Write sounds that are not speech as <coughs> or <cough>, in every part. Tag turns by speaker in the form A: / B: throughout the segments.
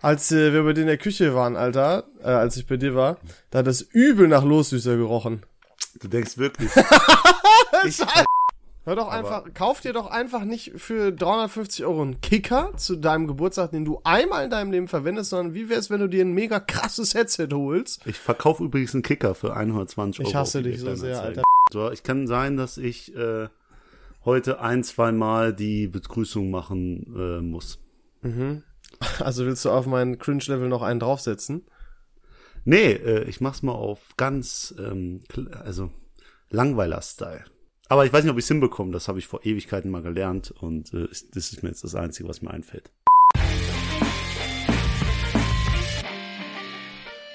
A: als äh, wir bei dir in der Küche waren, Alter, äh, als ich bei dir war, da hat es übel nach Lossüßer gerochen.
B: Du denkst wirklich.
A: <laughs>
B: ich,
A: halt- Hör doch einfach, kauf dir doch einfach nicht für 350 Euro einen Kicker zu deinem Geburtstag, den du einmal in deinem Leben verwendest, sondern wie wär's, wenn du dir ein mega krasses Headset holst?
B: ich verkaufe übrigens einen Kicker für 120 Euro. um
A: Ich hasse
B: auf eBay
A: dich so sehr,
B: Kleinanzeigen.
A: Alter.
B: So, ich kann sein, dass ich äh, heute ein, zweimal die Begrüßung machen äh, muss.
A: Also willst du auf meinen Cringe-Level noch einen draufsetzen?
B: Nee, äh, ich mach's mal auf ganz, ähm, kl- also Langweiler-Style. Aber ich weiß nicht, ob ich's hinbekomme. Das habe ich vor Ewigkeiten mal gelernt und äh, ist- das ist mir jetzt das Einzige, was mir einfällt.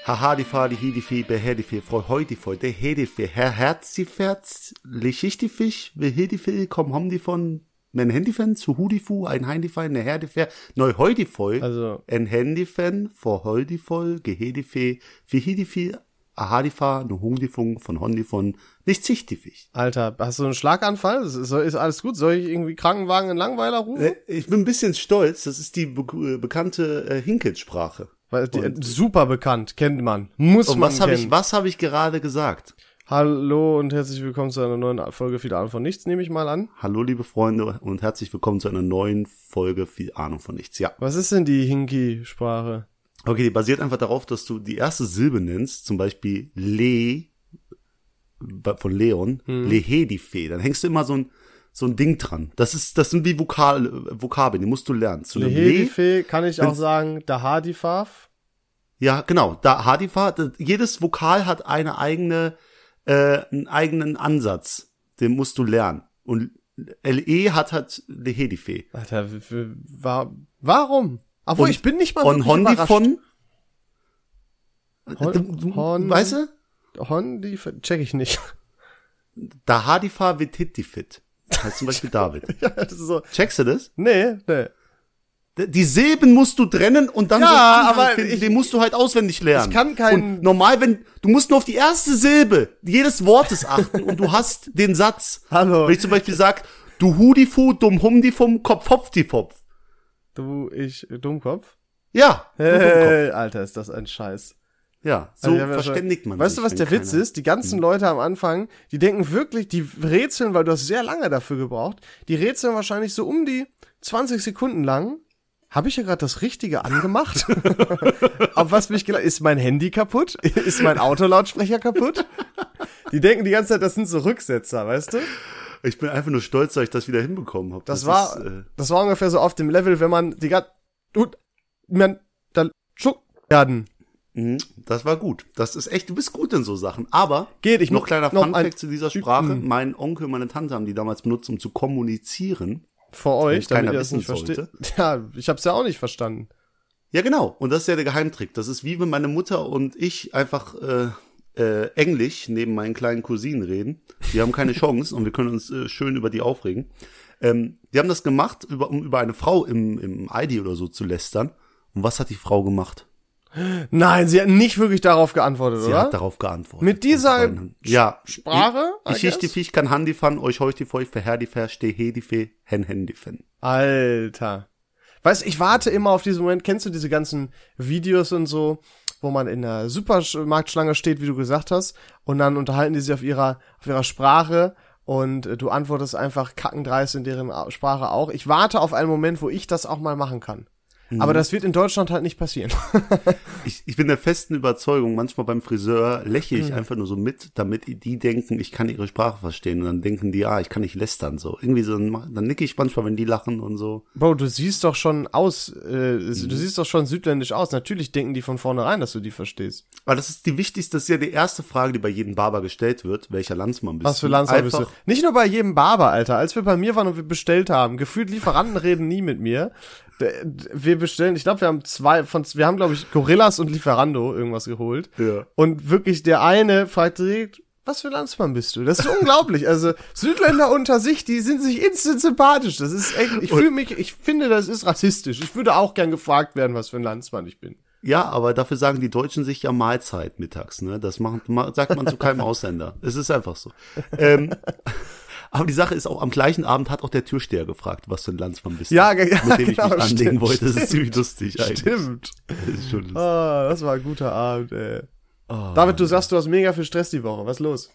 B: Haha, die Fahr, die Hi, die Fee, beher, die Fee, freu, heu, die Feu, der He, die Fee, Herr Herz, die Ferz, Lichich, die Fisch, will He, die Fee, komm, hom, die von, men Handyfan, zu Hu, die Fu, ein Hein, die Fei, ne Herr, die Fer, neu, heu, die Feu.
A: Also,
B: En Handyfan, vor Holdivoll, Gehedifi, Vihedifi, Ahadifa, Nuhungdifung, von Hondifon, nicht Zichtifich.
A: Alter, hast du einen Schlaganfall? Ist, ist, ist alles gut? Soll ich irgendwie Krankenwagen in Langweiler rufen?
B: Äh, Ich bin ein bisschen stolz, das ist die be äh, bekannte äh, Hinkelsprache.
A: Weil, die, super bekannt, kennt man. Muss
B: Und
A: man
B: was habe
A: kennen.
B: ich, was habe ich gerade gesagt?
A: Hallo und herzlich willkommen zu einer neuen Folge Viele Ahnung von Nichts, nehme ich mal an.
B: Hallo, liebe Freunde, und herzlich willkommen zu einer neuen Folge Viel Ahnung von nichts. Ja.
A: Was ist denn die Hinki-Sprache?
B: Okay, die basiert einfach darauf, dass du die erste Silbe nennst, zum Beispiel Le bei- von Leon, Lehedife. Dann hängst du immer so ein, so ein Ding dran. Das ist, das sind wie Vokal, äh, Vokabeln, die musst du lernen. Zu einem Le,
A: Lehedife kann ich auch sagen, Dahadifaf.
B: ja, genau. Da Hadifa, das- jedes Vokal hat eine eigene, äh, einen eigenen Ansatz. Den musst du lernen. Und Le hat halt Lehedife.
A: Alter, w- w- wa warum? Obwohl,
B: Und-
A: ich bin nicht mal wirklich
B: Und Hondi
A: überrascht.
B: von,
A: Hon-
B: Du- du-
A: Hon-
B: weißt du?
A: Hondi, von- check ich nicht. <laughs>
B: Da Hadifa wird Hittifit. Heißt zum Beispiel David.
A: <laughs> ja, das ist so.
B: Checkst du das?
A: Nee, nee.
B: D- Die Silben musst du trennen und dann
A: Ja,
B: so einen Zusammenhang
A: aber ich-
B: den musst du halt auswendig lernen.
A: Ich kann keinen-
B: Und normal, wenn du musst nur auf die erste Silbe jedes Wortes achten und du hast den Satz.
A: <laughs> Hallo.
B: Wenn ich zum Beispiel sag, du hudifu, dum humdifum, kopfhopfdipopf.
A: Du, ich, Dummkopf.
B: Ja, du Dummkopf.
A: Hey, Alter, ist das ein Scheiß.
B: ja, so
A: Also ich hab ja schon-
B: verständigt man
A: Weißt
B: sich.
A: du, was
B: wenn
A: der Witz
B: keiner- Hm.
A: ist? Die ganzen Leute am Anfang, die denken wirklich, die rätseln, weil du hast sehr lange dafür gebraucht, die rätseln wahrscheinlich so um die 20 Sekunden lang. Habe ich hier gerade das Richtige
B: <laughs>
A: angemacht? Aber was mich gele- ist mein Handy kaputt? Ist mein Autolautsprecher kaputt? Die denken die ganze Zeit, das sind so Rücksetzer, weißt du?
B: Ich bin einfach nur stolz, dass ich das wieder hinbekommen habe.
A: Das, war,
B: Ist, äh,
A: das war ungefähr so auf dem Level, wenn man die ganze, du, man, dann, schuck werden.
B: mh, das war gut. Das ist echt, du bist gut in so Sachen. Aber
A: Geht, ich
B: noch
A: mu-
B: kleiner
A: noch ein-
B: Funfact zu dieser Sprache. Mein Onkel und meine Tante haben die damals benutzt, um zu kommunizieren.
A: Vor euch,
B: keiner
A: damit ihr das nicht
B: wissen
A: versteht. <laughs> Ja, ich hab's ja auch nicht verstanden.
B: Ja, genau. Und das ist ja der Geheimtrick. Das ist wie wenn meine Mutter und ich einfach äh, äh, Englisch neben meinen kleinen Cousinen reden. Die haben keine <laughs> Chance und wir können uns äh, schön über die aufregen. Ähm, die haben das gemacht, über, um über eine Frau im, im ID oder so zu lästern. Und was hat die Frau gemacht?
A: Nein, sie hat nicht wirklich darauf geantwortet,
B: Sie
A: oder?
B: hat darauf geantwortet.
A: Mit dieser
B: Und dann- ja,
A: Sprache, I
B: Ich, ich, die
A: guess?
B: Fisch kann Handi fan, euch heuch die Feuch, verherr die Fer, steh he die Fee, hen hen die Fen.
A: Alter. Weißt, ich warte immer auf diesen Moment. Kennst du diese ganzen Videos und so, wo man in der Supermarktschlange steht, wie du gesagt hast, und dann unterhalten die sich auf ihrer, auf ihrer Sprache und äh, du antwortest einfach kackendreist in deren Au- Sprache auch. Ich warte auf einen Moment, wo ich das auch mal machen kann. Aber das wird in Deutschland halt nicht passieren. <laughs>
B: Ich, ich bin der festen Überzeugung, manchmal beim Friseur lächle
A: Mhm.
B: ich einfach nur so mit, damit die denken, ich kann ihre Sprache verstehen. Und dann denken die, ah, ich kann nicht lästern so. Irgendwie so, dann, mach- dann nicke ich manchmal, wenn die lachen und so.
A: Bro, du siehst doch schon aus, äh, du siehst doch schon südländisch aus. Natürlich denken die von vornherein, dass du die verstehst.
B: Aber das ist die wichtigste, das ist ja die erste Frage, die bei jedem Barber gestellt wird. Welcher Landsmann bist
A: Was
B: du?
A: für Landsmann bist
B: einfach,
A: du? Nicht nur bei jedem Barber, Alter. Als wir bei mir waren und wir bestellt haben, gefühlt Lieferanten reden nie mit mir. D- d- Wir bestellen, ich glaube, wir haben zwei von, wir haben, glaube ich, Gorillas und Lieferando irgendwas geholt.
B: Ja.
A: Und wirklich der eine fragt direkt, was für Landsmann bist du? Das ist unglaublich. Also Südländer unter sich, die sind sich instant sympathisch. Das ist echt, ich fühle mich, ich finde, das ist rassistisch. Ich würde auch gern gefragt werden, was für ein Landsmann ich bin.
B: Ja, aber dafür sagen die Deutschen sich ja
A: <laughs>
B: Mahlzeit mittags, ne? Das machen, ma- sagt man zu keinem Ausländer. Es ist einfach so. Ähm, <laughs> Aber die Sache ist auch, am gleichen Abend hat auch der Türsteher gefragt, was für ein Landsmann bist du?
A: Ja, ge- <laughs> ja,
B: Mit dem ich
A: genau,
B: mich anlegen
A: stimmt,
B: wollte. Das
A: stimmt.
B: ist ziemlich lustig eigentlich.
A: Stimmt.
B: Das ist schon lustig.
A: Ah, das war ein guter Abend, ey. David, du sagst, du hast mega viel Stress die Woche. Was ist los?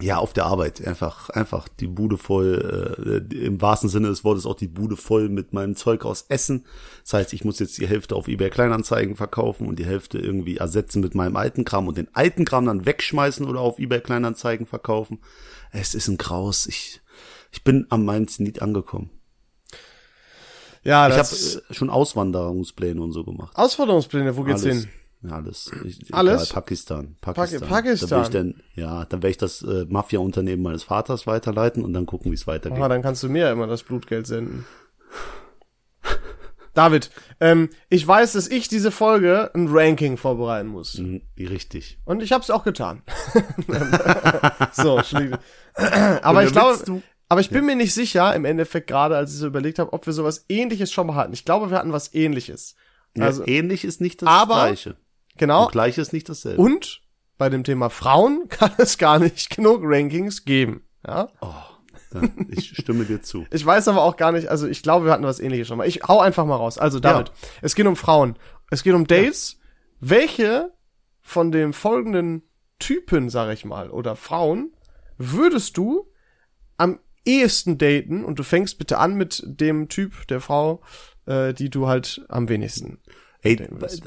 B: Ja, auf der Arbeit. Einfach, einfach die Bude voll, äh, im wahrsten Sinne des Wortes auch die Bude voll mit meinem Zeug aus Essen. Das heißt, ich muss jetzt die Hälfte auf eBay Kleinanzeigen verkaufen und die Hälfte irgendwie ersetzen mit meinem alten Kram und den alten Kram dann wegschmeißen oder auf eBay Kleinanzeigen verkaufen. Es ist ein Graus. Ich, ich bin am meinem Zenit angekommen.
A: Ja,
B: Ich habe
A: das
B: äh, schon Auswanderungspläne und so gemacht.
A: Ausforderungspläne, wo geht's
B: Alles.
A: hin?
B: Ja, alles. Ich,
A: Alles?
B: Egal, Pakistan. Pakistan.
A: Pakistan.
B: Dann will ich dann, ja, dann werde ich das äh, Mafia-Unternehmen meines Vaters weiterleiten und dann gucken, wie es weitergeht.
A: Ah, dann kannst du mir ja immer das Blutgeld senden. <laughs> David, ähm, ich weiß, dass ich diese Folge ein Ranking vorbereiten muss.
B: Mhm, richtig.
A: Und ich habe es auch getan. <laughs> so, Entschuldigung.
B: <laughs>
A: aber
B: Und
A: ich glaube,
B: willst du-
A: aber ich bin mir nicht sicher im Endeffekt gerade, als ich so überlegt habe, ob wir sowas ähnliches schon mal hatten. Ich glaube, wir hatten was ähnliches. Also
B: Also, ähnlich ist nicht das
A: aber-
B: Gleiche.
A: genau.
B: Und gleich ist nicht dasselbe.
A: Und bei dem Thema Frauen <laughs> kann es gar nicht genug Rankings geben. Ja?
B: Oh, dann, ich stimme
A: <laughs>
B: dir zu.
A: Ich weiß aber auch gar nicht, also ich glaube, wir hatten was ähnliches schon mal. Ich hau einfach mal raus. Also David, es geht um Frauen. Es geht um Dates. Welche von den folgenden Typen, sag ich mal, oder Frauen würdest du am ehesten daten und du fängst bitte an mit dem Typ der Frau, äh, die du halt am wenigsten
B: Ey,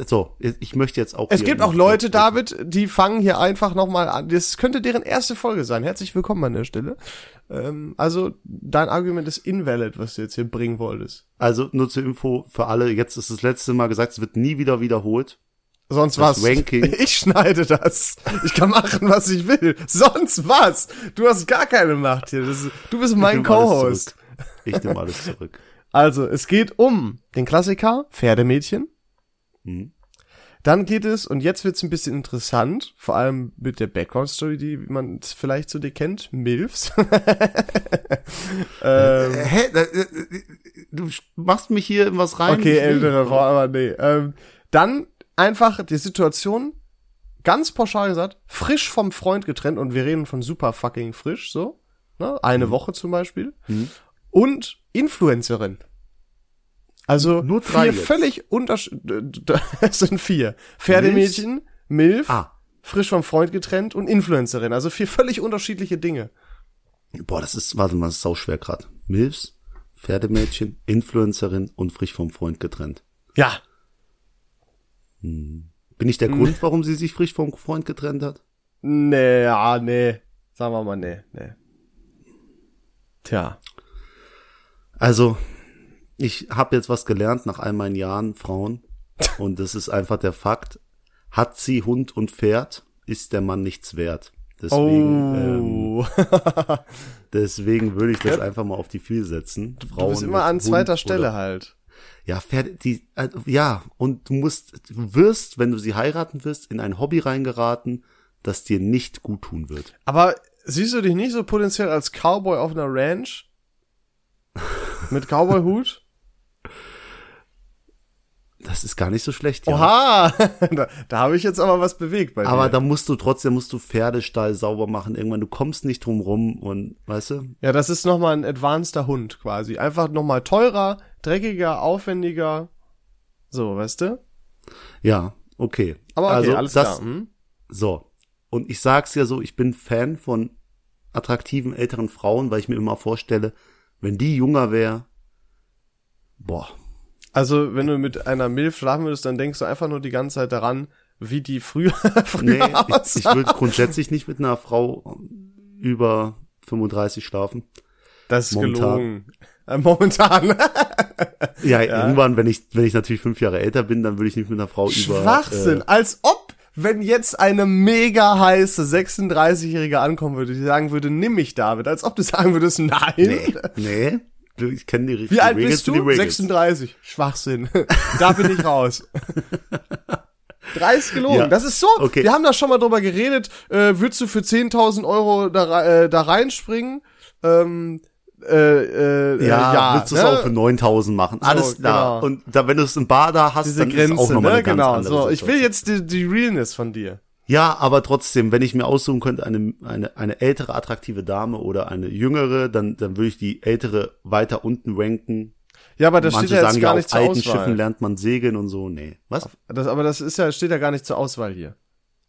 B: so, ich möchte jetzt auch.
A: Es
B: hier
A: gibt
B: noch-
A: auch Leute, David, die fangen hier einfach nochmal an. Das könnte deren erste Folge sein. Herzlich willkommen an der Stelle. Ähm, also, dein Argument ist invalid, was du jetzt hier bringen wolltest.
B: Also nur zur Info für alle. Jetzt ist das letzte Mal gesagt, es wird nie wieder wiederholt.
A: Sonst was.
B: Ranking.
A: <laughs> Ich schneide das. Ich kann machen, was ich will. Sonst was. Du hast gar keine Macht hier. Das ist, du bist
B: Ich
A: mein
B: nehme alles
A: Co-Host.
B: zurück. Ich nehme alles zurück.
A: Also, es geht um den Klassiker Pferdemädchen.
B: Mhm.
A: Dann geht es, und jetzt wird's ein bisschen interessant, vor allem mit der Background-Story, die man vielleicht so dir kennt, MILFs. <laughs> <laughs> ähm,
B: Hä? Da- da- Du machst mich hier in was rein.
A: okay,
B: Ich will-
A: ältere Frau, aber nee. Ähm, dann einfach die Situation, ganz pauschal gesagt, frisch vom Freund getrennt, und wir reden von super fucking frisch, so. Ne?
B: Mhm.
A: Eine Woche zum Beispiel. Und Influencerin. Also
B: Nur drei
A: vier
B: jetzt.
A: völlig unterschiedliche. <laughs> Es sind vier. Pferdemädchen, Milf,
B: Ah.
A: frisch vom Freund getrennt und Influencerin. Also vier völlig unterschiedliche Dinge.
B: Boah, das ist, warte mal, das ist sauschwer gerade. Milfs, Pferdemädchen, Influencerin und frisch vom Freund getrennt.
A: Ja.
B: Bin ich der
A: Mhm.
B: Grund, warum sie sich frisch vom Freund getrennt hat?
A: Nee, ja, nee. Sagen wir mal, nee, nee. Tja.
B: Also, ich habe jetzt was gelernt nach all meinen Jahren Frauen und das ist einfach der Fakt. Hat sie Hund und Pferd, ist der Mann nichts wert. Deswegen, ähm,
A: Oh.
B: deswegen würde ich das einfach mal auf die Viel setzen.
A: Äh, du
B: Frauen
A: bist immer
B: mit
A: an
B: Hund
A: zweiter
B: oder
A: Stelle halt.
B: Ja, Pferde, die, äh, ja, und du musst, du wirst, wenn du sie heiraten wirst, in ein Hobby reingeraten, das dir nicht gut tun wird.
A: Aber siehst du dich nicht so potenziell als Cowboy auf einer Ranch? Mit Cowboy-Hut?
B: Das ist gar nicht so schlecht, <laughs> ja.
A: Oha! <laughs> Da, da habe ich jetzt aber was bewegt bei
B: Aber
A: dir.
B: da musst du trotzdem, musst du Pferdestall sauber machen irgendwann. Du kommst nicht drum rum und, weißt du?
A: Ja, das ist nochmal ein advanceder Hund quasi. Einfach nochmal teurer, dreckiger, aufwendiger. So, weißt du?
B: Ja, okay.
A: Aber okay,
B: also,
A: alles
B: das,
A: klar. Hm?
B: So. Und ich sag's ja so, ich bin Fan von attraktiven älteren Frauen, weil ich mir immer vorstelle, wenn die jünger wäre, boah,
A: Also, wenn du mit einer Milf schlafen würdest, dann denkst du einfach nur die ganze Zeit daran, wie die früher, <laughs>
B: Nee,
A: früher
B: ich, ich
A: aussah.
B: würde grundsätzlich nicht mit einer Frau über 35 schlafen.
A: Das ist
B: momentan.
A: gelogen. Äh, momentan.
B: Ja, irgendwann, wenn ich, wenn ich natürlich fünf Jahre älter bin, dann würde ich nicht mit einer Frau über. äh,
A: Schwachsinn. Als ob, wenn jetzt eine mega heiße 36-Jährige ankommen würde, die sagen würde, nimm mich, David. Als ob du sagen würdest, nein.
B: Äh, nee, du, ich kenne die richtigen
A: Wie alt
B: Regels
A: bist
B: und die
A: du?
B: Regels.
A: 36. Schwachsinn. <laughs> da bin ich
B: <laughs>
A: raus. Dreist gelogen.
B: Ja.
A: Das ist so.
B: Okay.
A: Wir haben da schon mal drüber geredet. Äh, würdest du für 10.000 Euro da, rei- äh, da reinspringen? Ähm, äh, äh,
B: Ja,
A: äh, ja
B: willst du es
A: ne?
B: auch für 9000 machen? Alles da.
A: genau.
B: Und da, wenn du es im Bar da hast,
A: diese
B: dann ist es auch
A: Grenze,
B: nochmal
A: ne?
B: eine ganz
A: Genau.
B: andere
A: So, ich will
B: Situation.
A: jetzt die, die Realness von dir.
B: Ja, aber trotzdem, wenn ich mir aussuchen könnte, eine, eine, eine ältere, attraktive Dame oder eine jüngere, dann, dann würde ich die ältere weiter unten ranken.
A: Ja, aber das
B: Manche
A: steht ja
B: sagen
A: jetzt gar
B: ja,
A: nicht
B: auf
A: zur
B: alten
A: Auswahl.
B: Schiffen lernt man segeln und so. Nee. Was?
A: Das, aber das ist ja, steht ja gar nicht zur Auswahl hier.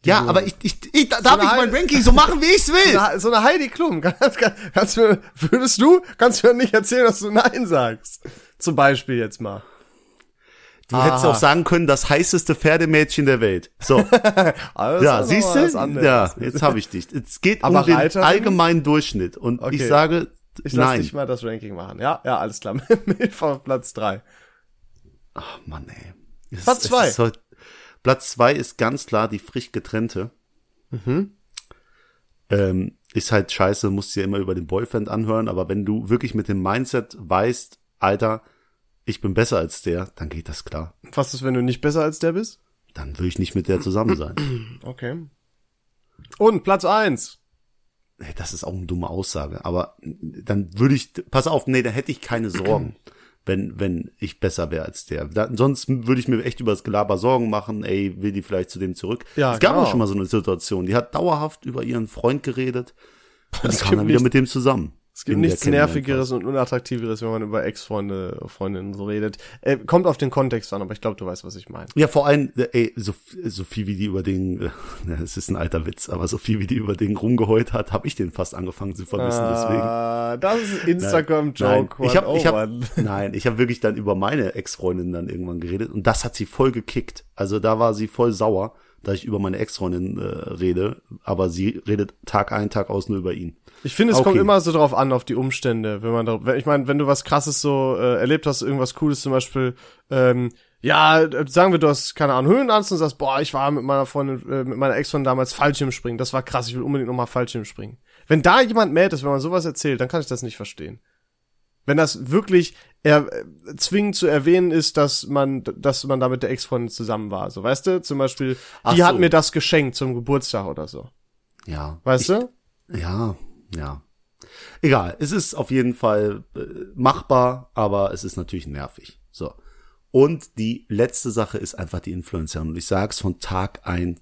B: Ja, aber ich, ich, ich darf
A: eine
B: ich mein
A: halbe-
B: Ranking so machen, wie ich's
A: <laughs>
B: will.
A: So eine- So eine Heidi Klum. Kannst, kannst, du- würdest du, kannst du mir nicht erzählen, dass du Nein sagst. Zum Beispiel jetzt mal.
B: Du hättest
A: Aha.
B: auch sagen können, das heißeste Pferdemädchen der Welt. So,
A: Aber Ah. <laughs> das
B: ja,
A: ist noch Also mal
B: siehst
A: was
B: du?
A: anderes.
B: Ja, jetzt habe ich dich. Es geht
A: Aber
B: um den
A: Reiterin?
B: allgemeinen Durchschnitt. Und ich
A: Okay.
B: sage,
A: Ich lass
B: nein.
A: dich mal das Ranking machen. Ja, ja, alles klar. <laughs> Milf auf Platz drei.
B: Ach, Mann, ey. Es-
A: Platz
B: es
A: zwei.
B: ist heute- Platz zwei ist ganz klar die frisch getrennte.
A: Mhm.
B: Ähm, ist halt scheiße, musst dir immer über den Boyfriend anhören, aber wenn du wirklich mit dem Mindset weißt, Alter, ich bin besser als der, dann geht das klar.
A: Was ist, wenn du nicht besser als der bist?
B: Dann will ich nicht mit der zusammen sein.
A: Okay. Und Platz eins.
B: Hey, das ist auch eine dumme Aussage, aber dann würde ich, pass auf, nee, dann hätte ich
A: <clears throat>
B: keine Sorgen, wenn, wenn ich besser wäre als der. Da, sonst würde ich mir echt über das Gelaber Sorgen machen, ey, will die vielleicht zu dem zurück.
A: Ja,
B: es gab
A: genau.
B: auch schon mal so eine Situation, die hat dauerhaft über ihren Freund geredet und
A: Es
B: kam
A: gibt
B: dann wieder
A: nichts-
B: mit dem zusammen.
A: Es gibt
B: In der
A: nichts
B: Kennenlern-
A: Nervigeres und Unattraktiveres, wenn man über Ex-Freunde, Freundinnen so redet. Äh, kommt auf den Kontext an, aber ich glaube, du weißt, was ich meine.
B: Ja, vor allem, äh, ey, so, so viel wie die über den, <laughs> äh, na, es ist ein alter Witz, aber so viel wie die über den rumgeheult hat, habe ich den fast angefangen zu vermissen, deswegen.
A: Ah, das ist
B: Nein,
A: Instagram-Joke. Oh,
B: ich hab, ich hab,
A: 101.
B: <laughs> nein, ich habe wirklich dann über meine Ex-Freundin dann irgendwann geredet und das hat sie voll gekickt. Also da war sie voll sauer, da ich über meine Ex-Freundin äh, rede, aber sie redet Tag ein, Tag aus nur über ihn.
A: Ich finde, es kommt
B: Ah, Okay.
A: immer so drauf an, auf die Umstände, wenn man da, wenn- ich meine, wenn du was krasses so äh, erlebt hast, irgendwas Cooles zum Beispiel, ähm, ja, äh, sagen wir, du hast, keine Ahnung, Höhenangst und sagst, boah, ich war mit meiner Freundin, äh, mit meiner Ex-Freundin damals Fallschirmspringen, das war krass, ich will unbedingt nochmal Fallschirmspringen. Wenn da jemand mad ist, wenn man sowas erzählt, dann kann ich das nicht verstehen. Wenn das wirklich er, äh, zwingend zu erwähnen ist, dass man, dass man da mit der Ex-Freundin zusammen war, so, weißt du, zum Beispiel,
B: Ach
A: die hat
B: so.
A: mir das geschenkt zum Geburtstag oder so,
B: Ja.
A: weißt du?
B: ich, Ja, ja. Egal, es ist auf jeden Fall äh, machbar, aber es ist natürlich nervig. So. Und die letzte Sache ist einfach die Influencerin. Und ich sag's von Tag ein,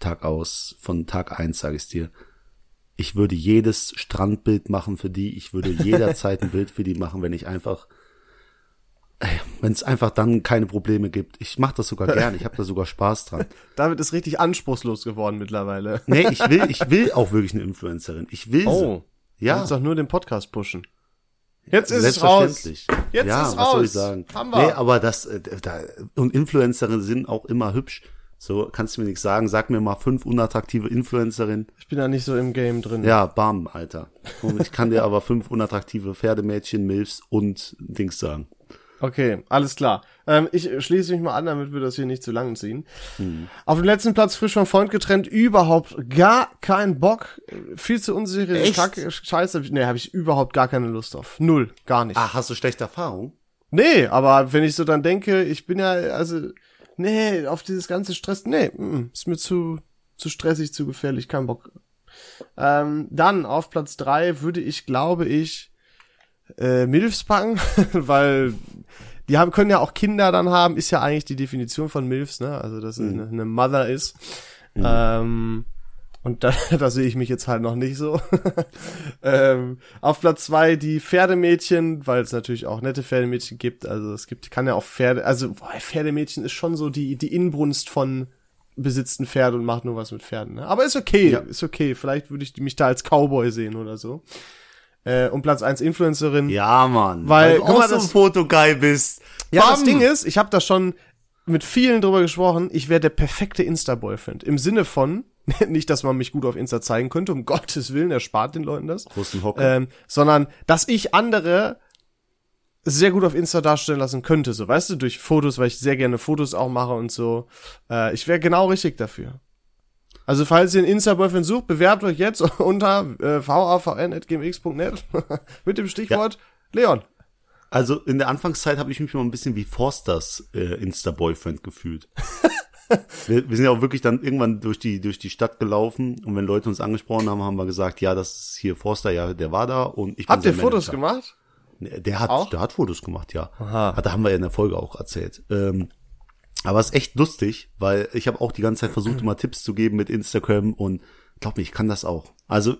B: Tag aus, von Tag eins sage ich dir. Ich würde jedes Strandbild machen für die. Ich würde jederzeit ein Bild für die machen, wenn ich einfach, wenn es einfach dann keine Probleme gibt. Ich mache das sogar gerne. Ich habe da sogar Spaß dran.
A: David ist richtig anspruchslos geworden mittlerweile.
B: Nee, ich will, ich will auch wirklich eine Influencerin. Ich will.
A: Oh.
B: sie.
A: Ja.
B: ja.
A: Du willst doch nur den Podcast pushen. Jetzt ist es raus.
B: Selbstverständlich.
A: Jetzt
B: ja,
A: ist
B: was soll
A: raus.
B: ich sagen?
A: Haben wir.
B: Nee, aber das, äh, da, und Influencerinnen sind auch immer hübsch. So kannst du mir nichts sagen. Sag mir mal fünf unattraktive Influencerinnen.
A: Ich bin da nicht so im Game drin.
B: Ja, bam, Alter. Und ich kann dir aber fünf unattraktive Pferdemädchen, Milfs und Dings sagen.
A: Okay, alles klar. Ähm, ich schließe mich mal an, damit wir das hier nicht zu lang ziehen.
B: Hm.
A: Auf dem letzten Platz frisch vom Freund getrennt, überhaupt gar kein Bock. Äh, Viel zu unsichere
B: Echt?
A: Kacke, Scheiße. Nee, habe ich überhaupt gar keine Lust auf. Null, gar nicht.
B: Ah, hast du schlechte Erfahrung?
A: Nee, aber wenn ich so dann denke, ich bin ja, also, nee, auf dieses ganze Stress, nee, mm, ist mir zu, zu stressig, zu gefährlich, kein Bock. Ähm, dann auf Platz drei würde ich, glaube ich, äh, Milfs packen, <laughs> weil die haben, können ja auch Kinder dann haben, ist ja eigentlich die Definition von Milfs, ne? Also, dass es eine, eine Mother ist. Ähm, und da, <laughs> da sehe ich mich jetzt halt noch nicht so. <laughs> ähm, auf Platz zwei die Pferdemädchen, weil es natürlich auch nette Pferdemädchen gibt. Also es gibt, kann ja auch Pferde, also boah, Pferdemädchen ist schon so die, die Inbrunst von besitzt ein Pferd und macht nur was mit Pferden. Ne? Aber ist okay,
B: Ja.
A: ist okay. Vielleicht würde ich mich da als Cowboy sehen oder so. Äh, und Platz eins Influencerin.
B: Ja, Mann.
A: Weil-
B: du auch
A: guck mal,
B: so ein
A: das-
B: Fotogeil bist.
A: Ja,
B: bam.
A: das Ding ist, ich habe da schon mit vielen drüber gesprochen, ich wäre der perfekte Insta-Boyfriend. Im Sinne von, <laughs> nicht, dass man mich gut auf Insta zeigen könnte, um <laughs> Gottes Willen, erspart den Leuten das.
B: Russenhocke.
A: Ähm, sondern, dass ich andere sehr gut auf Insta darstellen lassen könnte. So, weißt du, durch Fotos, weil ich sehr gerne Fotos auch mache und so. Äh, ich wäre genau richtig dafür. Also, falls ihr einen Insta-Boyfriend sucht, bewerbt euch jetzt <laughs> unter äh, vavn.gmx.net <laughs> mit dem Stichwort Leon.
B: Also in der Anfangszeit habe ich mich mal ein bisschen wie Forsters äh,
A: <laughs>
B: Insta-Boyfriend gefühlt. wir, wir sind ja auch wirklich dann irgendwann durch die, durch die Stadt gelaufen und wenn Leute uns angesprochen haben, haben wir gesagt, ja, das ist hier Forster, ja, der war da und ich bin
A: Habt ihr
B: sein
A: Fotos
B: Manager.
A: gemacht?
B: Nee, Der hat,
A: Auch?
B: der hat Fotos gemacht, ja. Ah,
A: Aha.
B: Aha. Da haben wir ja in der Folge auch erzählt. Ähm, Aber es ist echt lustig, weil ich habe auch die ganze Zeit versucht, immer Tipps zu geben mit Instagram und glaub mir, ich kann das auch. Also,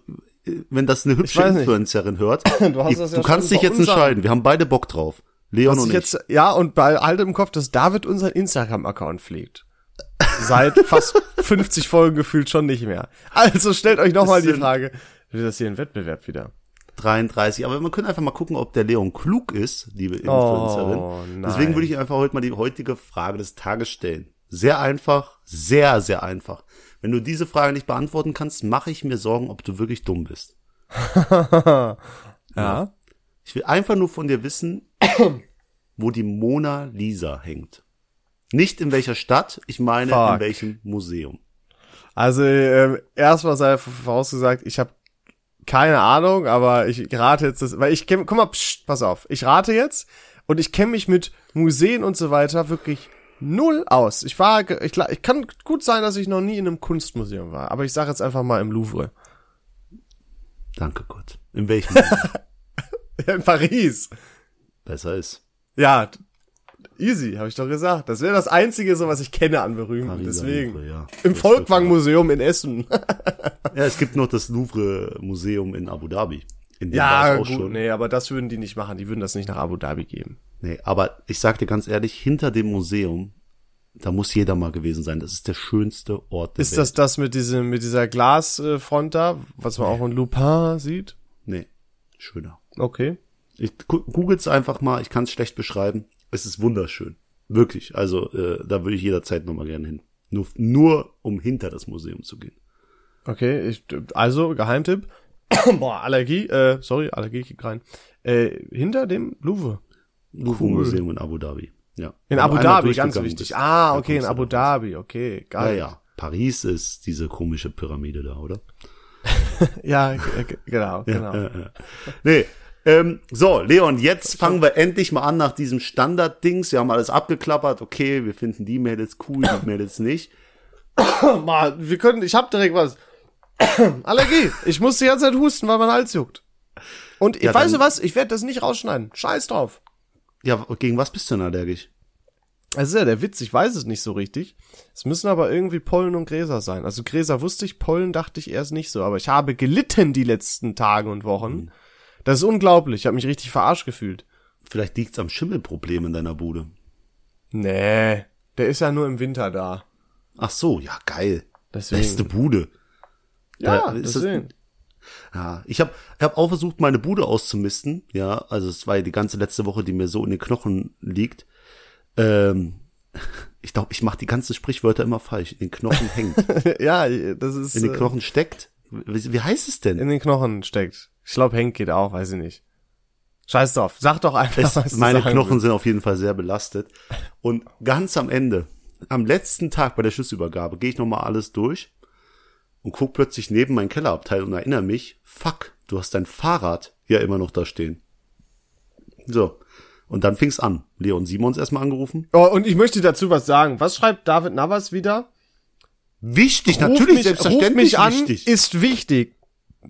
B: äh, wenn das eine hübsche
A: weiß nicht.
B: Influencerin hört,
A: <laughs> Du hast
B: ich,
A: das ja
B: du kannst
A: schon
B: dich
A: bei
B: jetzt
A: uns sagen.
B: entscheiden. Wir haben beide Bock drauf. Leon
A: Was
B: und
A: ich
B: ich.
A: jetzt, ja, und bei allem im Kopf, dass David unseren Instagram-Account pflegt. <laughs> Seit fast 50 Folgen gefühlt schon nicht mehr. Also stellt euch nochmal die
B: Bisschen.
A: Frage, wird das hier ein Wettbewerb wieder?
B: 33. Aber wir können einfach mal gucken, ob der Leon klug ist, liebe Influencerin.
A: Oh, nein.
B: Deswegen würde ich einfach heute mal die heutige Frage des Tages stellen. Sehr einfach, sehr, sehr einfach. Wenn du diese Frage nicht beantworten kannst, mache ich mir Sorgen, ob du wirklich dumm bist.
A: <laughs> Ja.
B: Ich will einfach nur von dir wissen, <coughs> wo die Mona Lisa hängt. Nicht in welcher Stadt, ich meine in
A: Fuck.
B: welchem Museum.
A: Also ähm, erstmal sei vorausgesagt, ich habe keine Ahnung, aber ich rate jetzt, das, weil ich kenne, guck mal, psst, pass auf, ich rate jetzt und ich kenne mich mit Museen und so weiter wirklich null aus. Ich war, ge- ich, gla- ich kann gut sein, dass ich noch nie in einem Kunstmuseum war, aber ich sage jetzt einfach mal im Louvre. <laughs>
B: Danke Gott. In welchem <laughs> Museum
A: In Paris.
B: besser ist.
A: Ja, easy, habe ich doch gesagt. Das wäre das Einzige, so was ich kenne an berühmten.
B: Pariser
A: Deswegen.
B: Louvre, ja.
A: Im
B: Das
A: Volkwang-Museum in <laughs> Essen.
B: Ja, es gibt noch das Louvre Museum in Abu Dhabi. In dem war
A: ja,
B: ich
A: gut, nee, aber das würden die nicht machen. Die würden das nicht nach Abu Dhabi geben.
B: Nee, aber ich sag dir ganz ehrlich, hinter dem Museum, da muss jeder mal gewesen sein. Das ist der schönste Ort der
A: Ist
B: Welt.
A: das das mit diesem, mit dieser Glasfront da, was man auch in Lupin sieht?
B: Nee, schöner.
A: Okay.
B: Ich gu- googelt's einfach mal, ich kann es schlecht beschreiben. Es ist wunderschön. Wirklich. Also, äh, da würde ich jederzeit nochmal gerne hin. Nur, nur um hinter das Museum zu gehen.
A: Okay, ich, also, Geheimtipp. <coughs> Boah, Allergie, äh, sorry, Allergie geht rein. Äh, hinter dem Louvre.
B: Louvre Museum in Abu Dhabi. Ja.
A: In
B: Wenn du
A: Abu
B: einmal
A: Dhabi, ganz
B: durchgegangen
A: wichtig.
B: bist,
A: Ah,
B: dann
A: okay, in
B: kommst du
A: Abu
B: da raus.
A: Dhabi, okay,
B: Ja,
A: geil.
B: ja. Paris ist diese komische Pyramide da, oder?
A: <laughs> Ja, g- g- genau, genau.
B: Nee. Ähm, so, Leon, jetzt fangen wir endlich mal an nach diesem Standard-Dings. Wir haben alles abgeklappert. Okay, wir finden die Mädels cool, die <coughs> Mädels nicht.
A: Mal, wir können, ich hab direkt was. <coughs> Allergie. Ich muss die ganze Zeit husten, weil mein Hals juckt. Und ich
B: Ja,
A: weißt du
B: dann-
A: was? Ich werde das nicht rausschneiden. Scheiß drauf.
B: Ja, gegen was bist du denn allergisch?
A: Das ist ja der Witz, ich weiß es nicht so richtig. Es müssen aber irgendwie Pollen und Gräser sein. Also Gräser wusste ich, Pollen dachte ich erst nicht so, aber ich habe gelitten die letzten Tage und Wochen. Das ist unglaublich, ich habe mich richtig verarscht gefühlt.
B: Vielleicht liegt's am Schimmelproblem in deiner Bude.
A: Nee, der ist ja nur im Winter da.
B: Ach so, ja, geil.
A: Deswegen.
B: Beste Bude.
A: Ja,
B: Da ist das-
A: deswegen.
B: Ja, ich habe ich hab auch versucht, meine Bude auszumisten. Ja, also es war ja die ganze letzte Woche, die mir so in den Knochen liegt. Ähm, <laughs> ich glaube, ich mache die ganzen Sprichwörter immer falsch. In den Knochen hängt.
A: ja, das ist <laughs>
B: In den
A: äh,
B: Knochen steckt. Wie, wie heißt es denn?
A: in den Knochen steckt. Ich glaube, Henk geht auch, weiß ich nicht. Scheiß drauf, sag doch einfach, <laughs>
B: Es,
A: was du
B: meine
A: sagen
B: Knochen
A: willst.
B: sind auf jeden Fall sehr belastet. Und ganz am Ende, am letzten Tag bei der Schlüsselübergabe, gehe ich nochmal alles durch und guck plötzlich neben mein Kellerabteil und erinnere mich, fuck, du hast dein Fahrrad ja immer noch da stehen. So. Und dann fing's an. Leon Simons erstmal angerufen.
A: Oh, und ich möchte dazu was sagen. Was schreibt David Navas wieder?
B: Wichtig,
A: Ruf
B: natürlich,
A: mich,
B: selbstverständlich
A: Ruf mich an,
B: wichtig.
A: ist wichtig.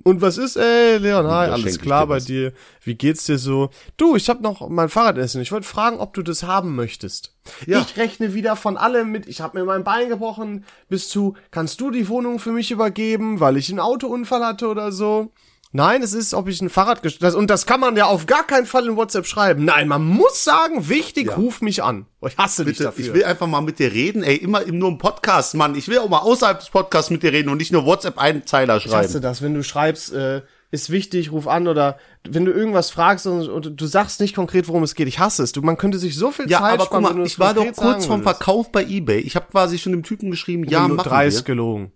A: Und was ist, ey, Leon, hi,
B: da
A: alles
B: schenke ich
A: klar
B: dir
A: bei
B: was.
A: dir? Wie geht's dir so? Du, ich hab noch mein Fahrradessen. Ich wollte fragen, ob du das haben möchtest.
B: Ja.
A: Ich rechne wieder von allem mit. Ich hab mir mein Bein gebrochen. Bis zu, kannst du die Wohnung für mich übergeben, weil ich einen Autounfall hatte oder so? Nein, es ist, ob ich ein Fahrrad gest- das Und das kann man ja auf gar keinen Fall in WhatsApp schreiben. Nein, man muss sagen, wichtig, ruf mich an. Oh, Ich hasse dich
B: Bitte,
A: dafür.
B: ich will einfach mal mit dir reden, ey, immer im, nur im Podcast, Mann. Ich will auch mal außerhalb des Podcasts mit dir reden und nicht nur WhatsApp-Einzeiler
A: Ich hasse
B: schreiben.
A: das, wenn du schreibst, äh, ist wichtig, ruf an oder wenn du irgendwas fragst und, und du sagst nicht konkret, worum es geht. Ich hasse es. Du, man könnte sich so viel
B: Ja,
A: Zeit
B: aber guck
A: sparen, wenn
B: mal,
A: du
B: ich
A: es
B: war doch
A: konkret sagen
B: kurz vorm
A: würdest.
B: Verkauf bei eBay. Ich habe quasi schon dem Typen geschrieben, ja,
A: Nur
B: machen
A: 30
B: wir.
A: gelogen.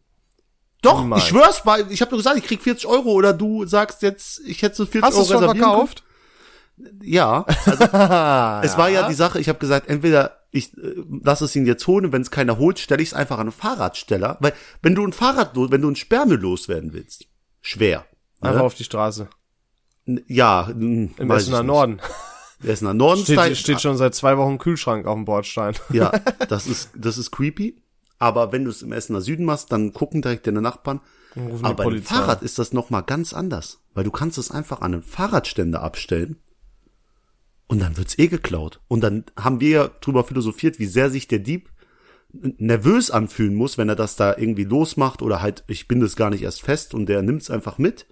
B: Doch,
A: niemals.
B: ich schwör's bei, ich habe doch gesagt, ich krieg 40 Euro oder du sagst jetzt, ich hätte so 40
A: Hast du
B: Euro
A: es schon
B: reservieren
A: verkauft?
B: Können. Ja,
A: <laughs>
B: also es war ja die Sache, ich habe gesagt, entweder ich äh, lass es ihn jetzt holen und wenn es keiner holt, stelle ich es einfach an einen Fahrradsteller, weil wenn du ein Fahrrad, los- wenn du ein Sperrmüll loswerden willst, schwer.
A: Einfach
B: Ne?
A: auf die Straße.
B: Ja, hm, im
A: Im Essener Norden.
B: Essener Norden
A: Steht, steht schon seit zwei Wochen Kühlschrank auf dem Bordstein.
B: Ja, das ist, das ist creepy. Aber wenn du es im Essener Süden machst, dann gucken direkt deine Nachbarn.
A: rufen die
B: Aber beim
A: Polizei.
B: Fahrrad ist das nochmal ganz anders. Weil du kannst es einfach an einen Fahrradständer abstellen. Und dann wird's eh geklaut. Und dann haben wir ja drüber philosophiert, wie sehr sich der Dieb nervös anfühlen muss, wenn er das da irgendwie losmacht oder halt, ich bin das gar nicht erst fest und der nimmt's einfach mit.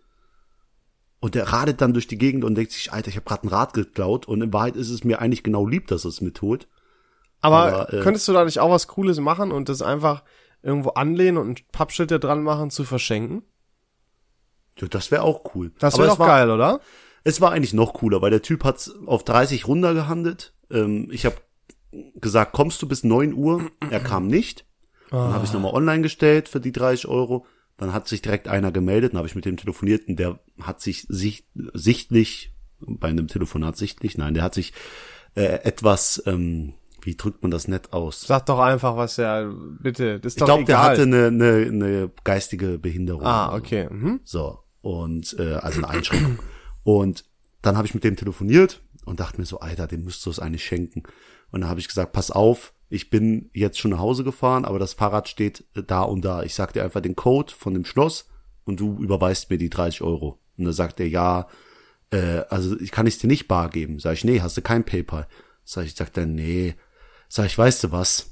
B: Und der radet dann durch die Gegend und denkt sich, Alter, ich habe gerade ein Rad geklaut und in Wahrheit ist es mir eigentlich genau lieb, dass er es mitholt.
A: <laughs> Aber,
B: Aber, äh,
A: könntest du da nicht auch was Cooles machen und das einfach irgendwo anlehnen und ein Pappschild da dran machen zu verschenken?
B: Ja, das wäre auch cool.
A: Das
B: Aber
A: wäre
B: es
A: doch
B: war-
A: geil, oder?
B: Es war eigentlich noch cooler, weil der Typ hat's auf 30 runtergehandelt. Ähm, ich habe gesagt, kommst du bis 9 Uhr? Er kam nicht. Dann habe ich nochmal online gestellt für die 30 Euro. Dann hat sich direkt einer gemeldet, dann habe ich mit dem telefoniert und der hat sich sicht, sichtlich, bei einem Telefonat sichtlich, nein, der hat sich äh, etwas, ähm, wie drückt man das nett aus?
A: Sag doch einfach was, ja, bitte. Das ist
B: Ich
A: doch
B: glaube, der
A: egal.
B: hatte eine, eine, eine geistige Behinderung.
A: ah, okay. Mhm.
B: So, und äh, also eine Einschränkung. Und dann habe ich mit dem telefoniert und dachte mir so, Alter, dem müsstest du es eigentlich schenken. Und dann habe ich gesagt, pass auf, ich bin jetzt schon nach Hause gefahren, aber das Fahrrad steht äh, da und da. Ich sag dir einfach den Code von dem Schloss und du überweist mir die 30 Euro. Und dann sagt er, ja, äh, also ich kann es dir nicht bar geben. Sag ich, nee, hast du kein PayPal. Sag ich, sagt er, nee. Sag ich, weißt du was?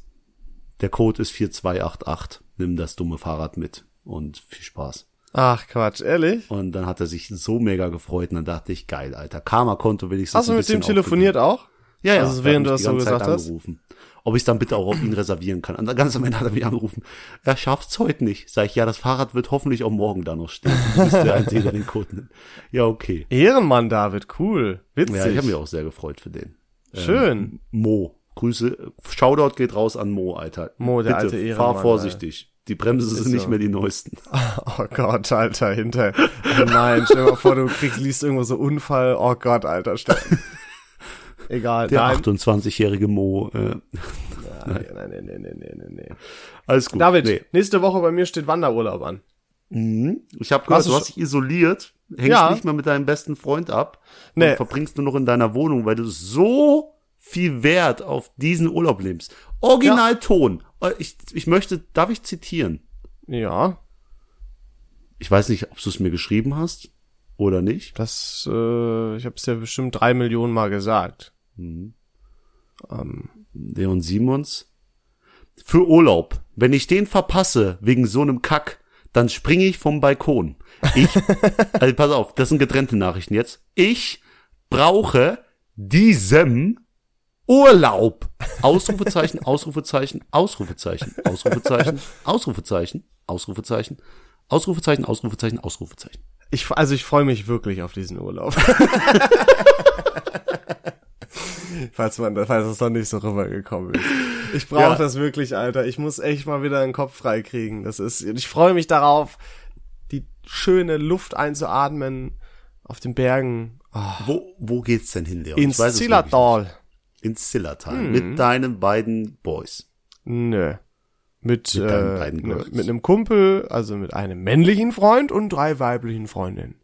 B: Der Code ist 4288. Nimm das dumme Fahrrad mit und viel Spaß.
A: Ach, Quatsch, ehrlich?
B: Und dann hat er sich so mega gefreut und dann dachte ich, geil, Alter, Karma-Konto wenigstens
A: Hast du
B: ein
A: mit dem
B: bisschen
A: telefoniert
B: aufgedrückt.
A: auch?
B: Ja, ja.
A: Also
B: der
A: während du
B: hat mich
A: das
B: die
A: so
B: ganze Zeit
A: gesagt hast?
B: Angerufen. Ob ich dann bitte auch auf ihn reservieren kann. Und dann ganz am Ende hat er mich angerufen. Er schafft's heute nicht. Sag ich, ja, das Fahrrad wird hoffentlich auch morgen da noch stehen. Du bist der Einzige, der den Code nimmt. Ja, okay.
A: Ehrenmann, David, cool. Witzig.
B: Ja, ich habe mich auch sehr gefreut für den.
A: Schön.
B: Mo. Grüße. Shoutout geht raus an Mo, Alter.
A: Mo, der
B: bitte,
A: alte Ehrenmann, äh,
B: fahr vorsichtig. Die Bremsen sind nicht mehr die neuesten.
A: Oh Gott, Alter, hinter. Oh nein, stell dir mal vor, du kriegst, liest irgendwo so Unfall. Oh Gott, Alter, stell.
B: <laughs>
A: Egal,
B: Der
A: nein.
B: 28-jährige Mo. Äh,
A: Nein, nein, nein, nein, nein, nein, nein.
B: alles gut.
A: David,
B: Nee.
A: nächste Woche bei mir steht Wanderurlaub an.
B: Ich habe gehört,
A: Hast du
B: du hast dich isoliert, hängst
A: Ja.
B: nicht mehr mit deinem besten Freund ab
A: Nee.
B: und verbringst nur noch in deiner Wohnung, weil du so viel Wert auf diesen Urlaub nimmst. Originalton. Äh, Ich, ich möchte, darf ich zitieren?
A: Ja,
B: Ich weiß nicht, ob du es mir geschrieben hast oder nicht.
A: das, äh, ich habe es ja bestimmt drei Millionen Mal gesagt.
B: Leon Simons. Für Urlaub. Wenn ich den verpasse wegen so einem Kack, dann springe ich vom Balkon. <laughs> Ich, also pass auf, das sind getrennte Nachrichten jetzt. Ich brauche diesem Urlaub. Ausrufezeichen, Ausrufezeichen, Ausrufezeichen, Ausrufezeichen, Ausrufezeichen, Ausrufezeichen, Ausrufezeichen, Ausrufezeichen, Ausrufezeichen.
A: Ich, also ich freue mich wirklich auf diesen Urlaub. <laughs> falls man, falls es noch nicht so rübergekommen ist. Ich brauche
B: Ja.
A: das wirklich, Alter. Ich muss echt mal wieder den Kopf frei kriegen. Das ist, ich freue mich darauf, die schöne Luft einzuatmen auf den Bergen. Ah,
B: Wo, wo geht's denn hin, Leon?
A: ins
B: Ich weiß es wirklich
A: Zillertal. Mhm.
B: nicht. Ins Zillertal. Mit deinen beiden Boys.
A: Nö. Mit, mit,
B: deinen
A: äh,
B: beiden
A: ne,
B: Girls.
A: mit einem Kumpel, also mit einem männlichen Freund und drei weiblichen Freundinnen.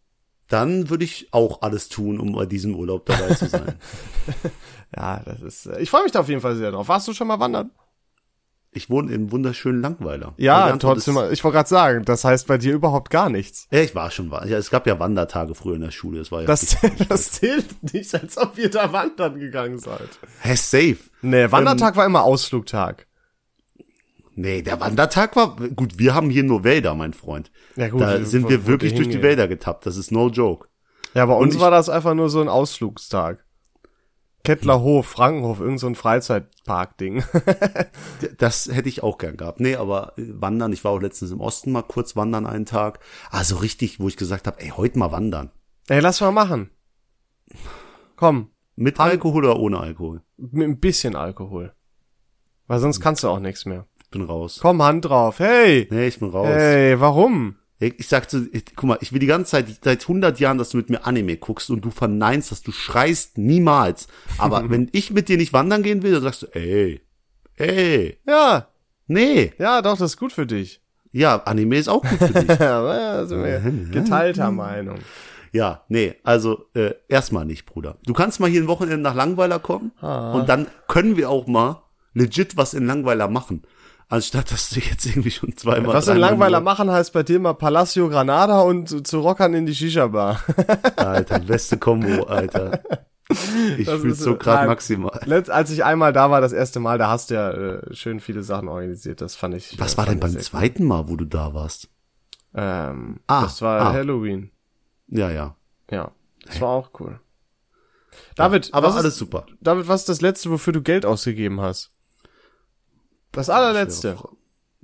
B: dann würde ich auch alles tun, um bei diesem Urlaub dabei
A: <laughs>
B: zu sein.
A: Ja, das ist. äh, Ich freue mich da auf jeden Fall sehr drauf. Warst du schon mal wandern?
B: Ich wohne im wunderschönen Langweiler. Aber die
A: Ja,
B: Antwort
A: trotzdem.
B: Ist,
A: Ich wollte gerade sagen, das heißt bei dir überhaupt gar nichts.
B: ja, ich war schon, wa- ja, es gab ja Wandertage früher in der Schule. Das war ja
A: Das, das zählt <laughs> nicht, als ob ihr da wandern gegangen seid.
B: hey, safe.
A: Nee, Wandertag war immer Ausflugtag.
B: Nee, der Wandertag war, gut, wir haben hier nur Wälder, mein Freund.
A: Ja, gut,
B: da
A: wo-
B: sind
A: wo-
B: wir
A: wo
B: wirklich
A: die
B: durch die
A: hingehen.
B: Wälder getappt. Das ist no joke.
A: Ja, bei uns
B: ich-
A: war das einfach nur so ein Ausflugstag. Kettlerhof, Frankenhof, irgend so ein Freizeitpark-Ding. <laughs>
B: D- Das hätte ich auch gern gehabt. Nee, aber äh, wandern, ich war auch letztens im Osten mal kurz wandern einen Tag. Also richtig, wo ich gesagt habe, ey, heute mal wandern.
A: Ey, lass mal machen. Komm,
B: Mit Alkohol oder ohne Alkohol?
A: mit ein bisschen Alkohol. Weil sonst kannst du auch nichts mehr.
B: Ich bin raus.
A: Komm, Hand drauf. Hey!
B: Nee, ich bin raus.
A: Hey, warum?
B: Ich, ich sag zu, ich, guck mal, ich will die ganze Zeit, seit 100 Jahren, dass du mit mir Anime guckst und du verneinst das, du schreist niemals.
A: <laughs>
B: Aber wenn ich mit dir nicht wandern gehen will, dann sagst du, ey, ey,
A: Ja,
B: nee.
A: ja, doch, das ist gut für dich.
B: Ja, Anime ist auch gut für
A: <laughs>
B: dich.
A: Ja, da sind wir geteilter Meinung.
B: ja, nee, also äh, erstmal nicht, Bruder. Du kannst mal hier ein Wochenende nach Langweiler kommen
A: Ah.
B: und dann können wir auch mal legit was in Langweiler machen. Anstatt, dass du jetzt irgendwie schon zweimal
A: Was in
B: dreimal
A: Langweiler
B: nur-
A: machen heißt bei dir mal Palacio Granada und zu- zu Rockern in die Shisha-Bar. <laughs>
B: Alter, beste Kombo, Alter. Ich
A: Das
B: fühle
A: ist,
B: so gerade
A: nein.
B: maximal.
A: Letzt, als ich einmal da war, das erste Mal, da hast du ja äh, schön viele Sachen organisiert. Das fand ich.
B: Was
A: äh,
B: war denn
A: fand
B: beim
A: ich sehr-
B: zweiten Mal, wo du da warst?
A: Ähm,
B: Ah,
A: das war
B: ah.
A: Halloween.
B: Ja, ja.
A: Ja, das war auch cool. David,
B: Aber
A: was ist,
B: alles super.
A: David, was ist das letzte, wofür du Geld ausgegeben hast? Das
B: Schwere
A: allerletzte.
B: Frage.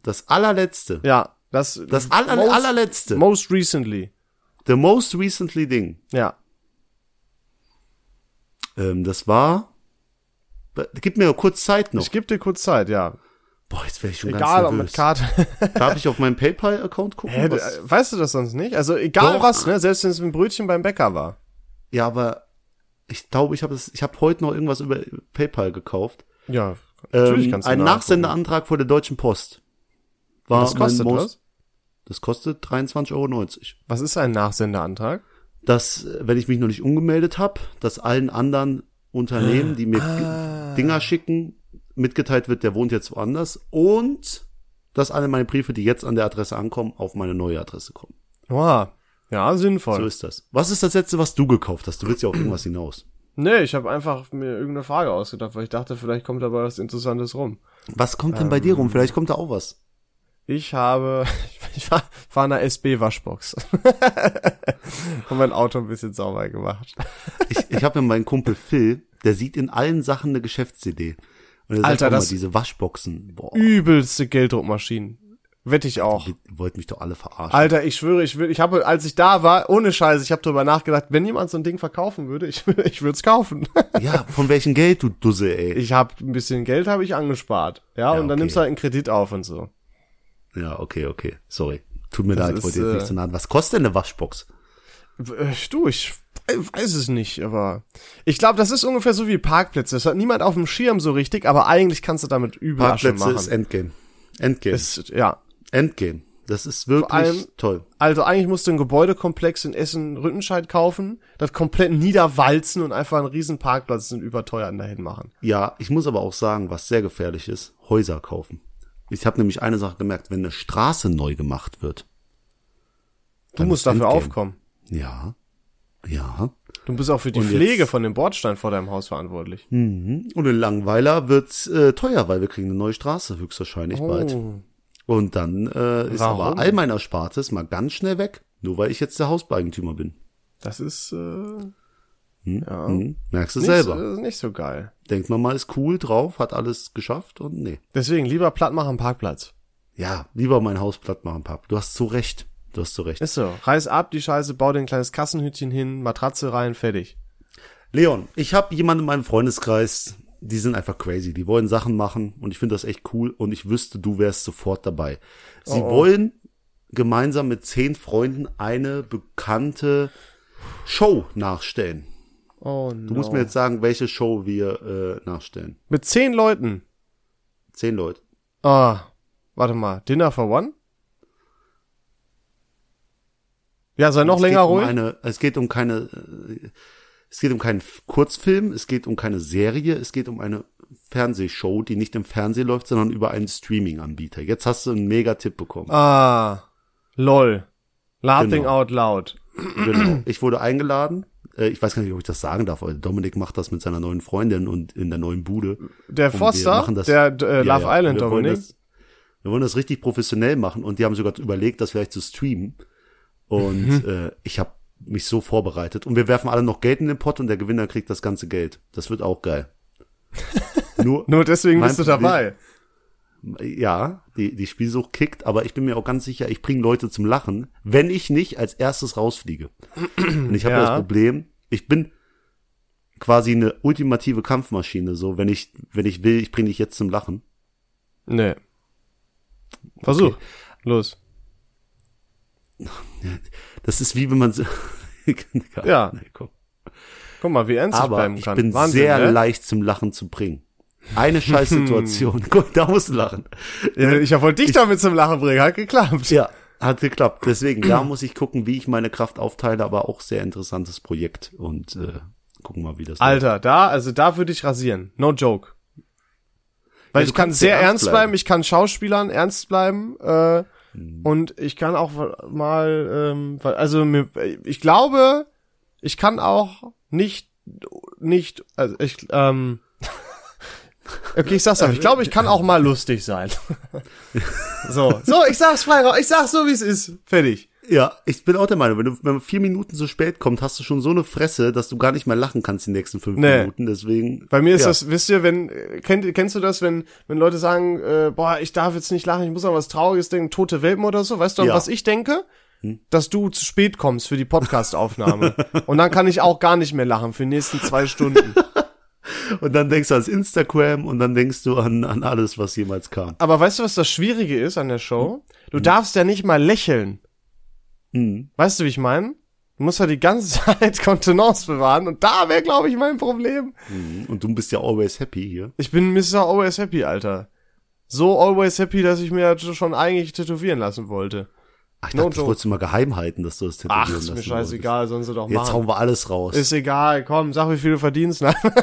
B: Das allerletzte.
A: Ja, das
B: Das aller,
A: most,
B: allerletzte.
A: most recently.
B: The most recently Ding.
A: Ja.
B: Ähm, das war. Gib mir kurz Zeit noch.
A: Ich gebe dir kurz Zeit, ja.
B: Boah, jetzt wäre ich schon
A: Egal, ob mit
B: ganz nervös.
A: Karte. <laughs>
B: Darf ich auf meinen PayPal-Account gucken?
A: Hä,
B: was-
A: du- äh, weißt du das sonst nicht? Also egal
B: Doch.
A: was, ne? Selbst wenn es ein Brötchen beim Bäcker war.
B: Ja, aber ich glaube, ich habe das- ich habe heute noch irgendwas über PayPal gekauft.
A: Ja, natürlich
B: Ähm,
A: kannst du
B: ein
A: nachgucken.
B: Nachsendeantrag vor der Deutschen Post. War
A: Was kostet
B: mein
A: das?
B: Most- Das kostet 23,90 Euro.
A: Was ist ein Nachsendeantrag?
B: dass, äh, wenn ich mich noch nicht umgemeldet habe, dass allen anderen Unternehmen, die mir G- Dinger schicken, mitgeteilt wird, der wohnt jetzt woanders und dass alle meine Briefe, die jetzt an der Adresse ankommen, auf meine neue Adresse kommen.
A: Wow. Ja, sinnvoll.
B: So ist das. Was ist das letzte, was du gekauft hast? Du willst ja auf irgendwas hinaus.
A: nee, ich habe einfach mir irgendeine Frage ausgedacht, weil ich dachte, vielleicht kommt dabei was Interessantes rum.
B: Was kommt denn bei dir rum? Vielleicht kommt da auch was.
A: Ich habe, <laughs> ich war, war in einer SB-Waschbox. <laughs> Und mein Auto ein bisschen sauber gemacht.
B: Ich, ich habe ja meinen Kumpel Phil, der sieht in allen Sachen eine Geschäftsidee. Und
A: Alter,
B: er sagt auch mal,
A: das-
B: diese Waschboxen. Boah,
A: Übelste Gelddruckmaschinen. Wette ich auch.
B: die wollt mich doch alle verarschen.
A: Alter, ich schwöre, ich will, ich habe, als ich da war, ohne Scheiße, ich habe darüber nachgedacht, wenn jemand so ein Ding verkaufen würde, ich, wür- ich würde es kaufen.
B: <laughs> Ja, von welchem Geld, du Dusse, ey.
A: Ich habe ein bisschen Geld habe ich angespart, ja, und dann
B: okay.
A: nimmst du halt einen Kredit auf und so.
B: Ja, okay, okay. Sorry. Tut mir leid,
A: ist,
B: ich wollte jetzt
A: äh,
B: nicht so nah. an- Was kostet denn eine Waschbox?
A: Äh, Du, ich weiß es nicht, aber ich glaube, das ist ungefähr so wie Parkplätze. Das hat niemand auf dem Schirm so richtig, aber eigentlich kannst du damit übel Asche
B: Parkplätze
A: machen.
B: ist Endgame. Endgame.
A: Ist- ja.
B: Endgame. Das ist wirklich
A: allem-
B: toll.
A: Also eigentlich musst du einen Gebäudekomplex in Essen-Rüttenscheid kaufen, das komplett niederwalzen und einfach einen riesen Parkplatz in überteuerten dahin machen.
B: Ja, ich muss aber auch sagen, was sehr gefährlich ist, Häuser kaufen. Ich habe nämlich eine Sache gemerkt, wenn eine Straße neu gemacht wird.
A: Du musst
B: ist
A: dafür
B: Endgame.
A: aufkommen.
B: Ja. Ja.
A: Du bist auch für die
B: Und
A: Pflege
B: jetzt-
A: von dem Bordstein vor deinem Haus verantwortlich.
B: Und in Langweiler wird's äh, teuer, weil wir kriegen eine neue Straße höchstwahrscheinlich bald. Und dann äh, ist
A: Oh. Warum?
B: aber all mein Erspartes mal ganz schnell weg, nur weil ich jetzt der Hauseigentümer bin.
A: Das ist äh,
B: Hm? Merkst du
A: nicht,
B: selber.
A: so- ist nicht so geil.
B: denkt man mal, ist cool drauf, hat alles geschafft und nee.
A: Deswegen lieber platt machen Parkplatz.
B: Ja, lieber mein Haus platt machen, Pap. Du hast so recht. Du hast so recht.
A: Ist so. Reiß ab die Scheiße, bau dir ein kleines Kassenhütchen hin, Matratze rein, fertig.
B: Leon, ich habe jemanden in meinem Freundeskreis, die sind einfach crazy. Die wollen Sachen machen und ich finde das echt cool und ich wüsste, du wärst sofort dabei. Sie wollen gemeinsam mit zehn Freunden eine bekannte Show nachstellen.
A: Oh no.
B: Du musst mir jetzt sagen, welche Show wir äh, nachstellen.
A: Mit zehn Leuten.
B: Zehn Leute.
A: Ah, warte mal. Dinner for One? Ja, sei noch
B: Es
A: länger
B: geht
A: ruhig.
B: Um eine, es geht um keine, äh, es geht um keinen F- Kurzfilm, es geht um keine Serie, es geht um eine Fernsehshow, die nicht im Fernsehen läuft, sondern über einen Streaming-Anbieter. Jetzt hast du einen Mega-Tipp bekommen.
A: ah, lol. Laughing
B: Genau.
A: out loud.
B: Genau. Ich wurde eingeladen. Äh, Ich weiß gar nicht, ob ich das sagen darf, aber Dominik macht das mit seiner neuen Freundin und in der neuen Bude.
A: Der
B: Und
A: Foster,
B: machen das-
A: der äh,
B: Ja,
A: Love
B: ja.
A: Island
B: Wir wollen
A: Dominik.
B: das- Wir wollen das richtig professionell machen und die haben sogar überlegt, das vielleicht zu streamen.
A: Mhm.
B: Und äh, ich habe mich so vorbereitet. Und wir werfen alle noch Geld in den Pott und der Gewinner kriegt das ganze Geld. Das wird auch
A: <laughs>
B: geil. Nur,
A: Nur deswegen
B: Mein
A: bist du
B: Problem-
A: dabei.
B: ja, die, die Spielsucht kickt, aber ich bin mir auch ganz sicher, ich bringe Leute zum Lachen, wenn ich nicht als erstes rausfliege. Und ich habe
A: Ja.
B: ja. das Problem, ich bin quasi eine ultimative Kampfmaschine, so wenn ich, wenn ich will, ich bringe dich jetzt zum Lachen.
A: Nee. Versuch. Los.
B: Das ist wie wenn man so. <laughs>
A: Ja.
B: Nee, komm.
A: Guck mal, wie ernst ich
B: Aber
A: bleiben
B: ich
A: kann.
B: bin
A: Wahnsinn,
B: sehr
A: ne?
B: leicht zum Lachen zu bringen.
A: <laughs>
B: Eine scheiß <laughs> Situation. Guck, da musst du lachen. Äh,
A: Ja, ich wollte dich damit zum Lachen bringen, hat geklappt.
B: Ja, hat geklappt. Deswegen, da muss ich gucken, wie ich meine Kraft aufteile, aber auch sehr interessantes Projekt und äh, gucken mal, wie das läuft.
A: Alter, da, also da würde ich rasieren. No joke. Weil
B: Ja, du
A: ich kann
B: kannst
A: sehr
B: ja
A: ernst
B: ernst
A: bleiben.
B: bleiben.
A: ich kann Schauspielern ernst bleiben äh, und ich kann auch mal, ähm, weil- also mir, ich glaube, ich kann auch nicht nicht, also ich, ähm, <laughs> okay, ich sag's einfach. Ich glaube, ich kann auch mal lustig sein. <laughs> so, so, ich sag's frei, raus. ich sag's so, wie es ist. Fertig.
B: Ja, ich bin auch der Meinung, wenn du, wenn man vier Minuten zu spät kommt, hast du schon so eine Fresse, dass du gar nicht mehr lachen kannst die nächsten fünf
A: Nee.
B: Minuten. Deswegen.
A: Bei mir ist
B: ja.
A: das, wisst ihr, wenn, äh, kennt, kennst du das, wenn, wenn Leute sagen, äh, boah, ich darf jetzt nicht lachen, ich muss an was Trauriges denken, tote Welpen oder so, weißt du, an
B: Ja. Hm?
A: was ich denke? Dass du zu spät kommst für die
B: <laughs>
A: Podcast-Aufnahme. Und dann kann ich auch gar nicht mehr lachen für die nächsten zwei Stunden.
B: Und dann denkst du ans Instagram und dann denkst du an, an alles, was jemals kam.
A: Aber weißt du, was das Schwierige ist an der Show?
B: Hm.
A: Du darfst ja nicht mal lächeln.
B: Mhm.
A: Weißt du, wie ich meine? Du musst ja die ganze <laughs> Zeit Kontenance bewahren und da wäre, glaube ich, mein Problem.
B: Und du bist ja always happy hier.
A: Ich bin Mr. Always Happy, Alter. So always happy, dass ich mir das schon eigentlich tätowieren lassen wollte.
B: Ach, ich
A: No
B: dachte, das
A: joke.
B: wolltest du mal geheim halten, dass du das tätowieren
A: Ach, ist mir
B: lassen
A: scheißegal, sollen sie doch
B: wolltest. Jetzt
A: machen.
B: hauen wir alles raus.
A: Ist egal, komm, sag, wie viel du verdienst. ne?
B: <laughs>
A: Nein.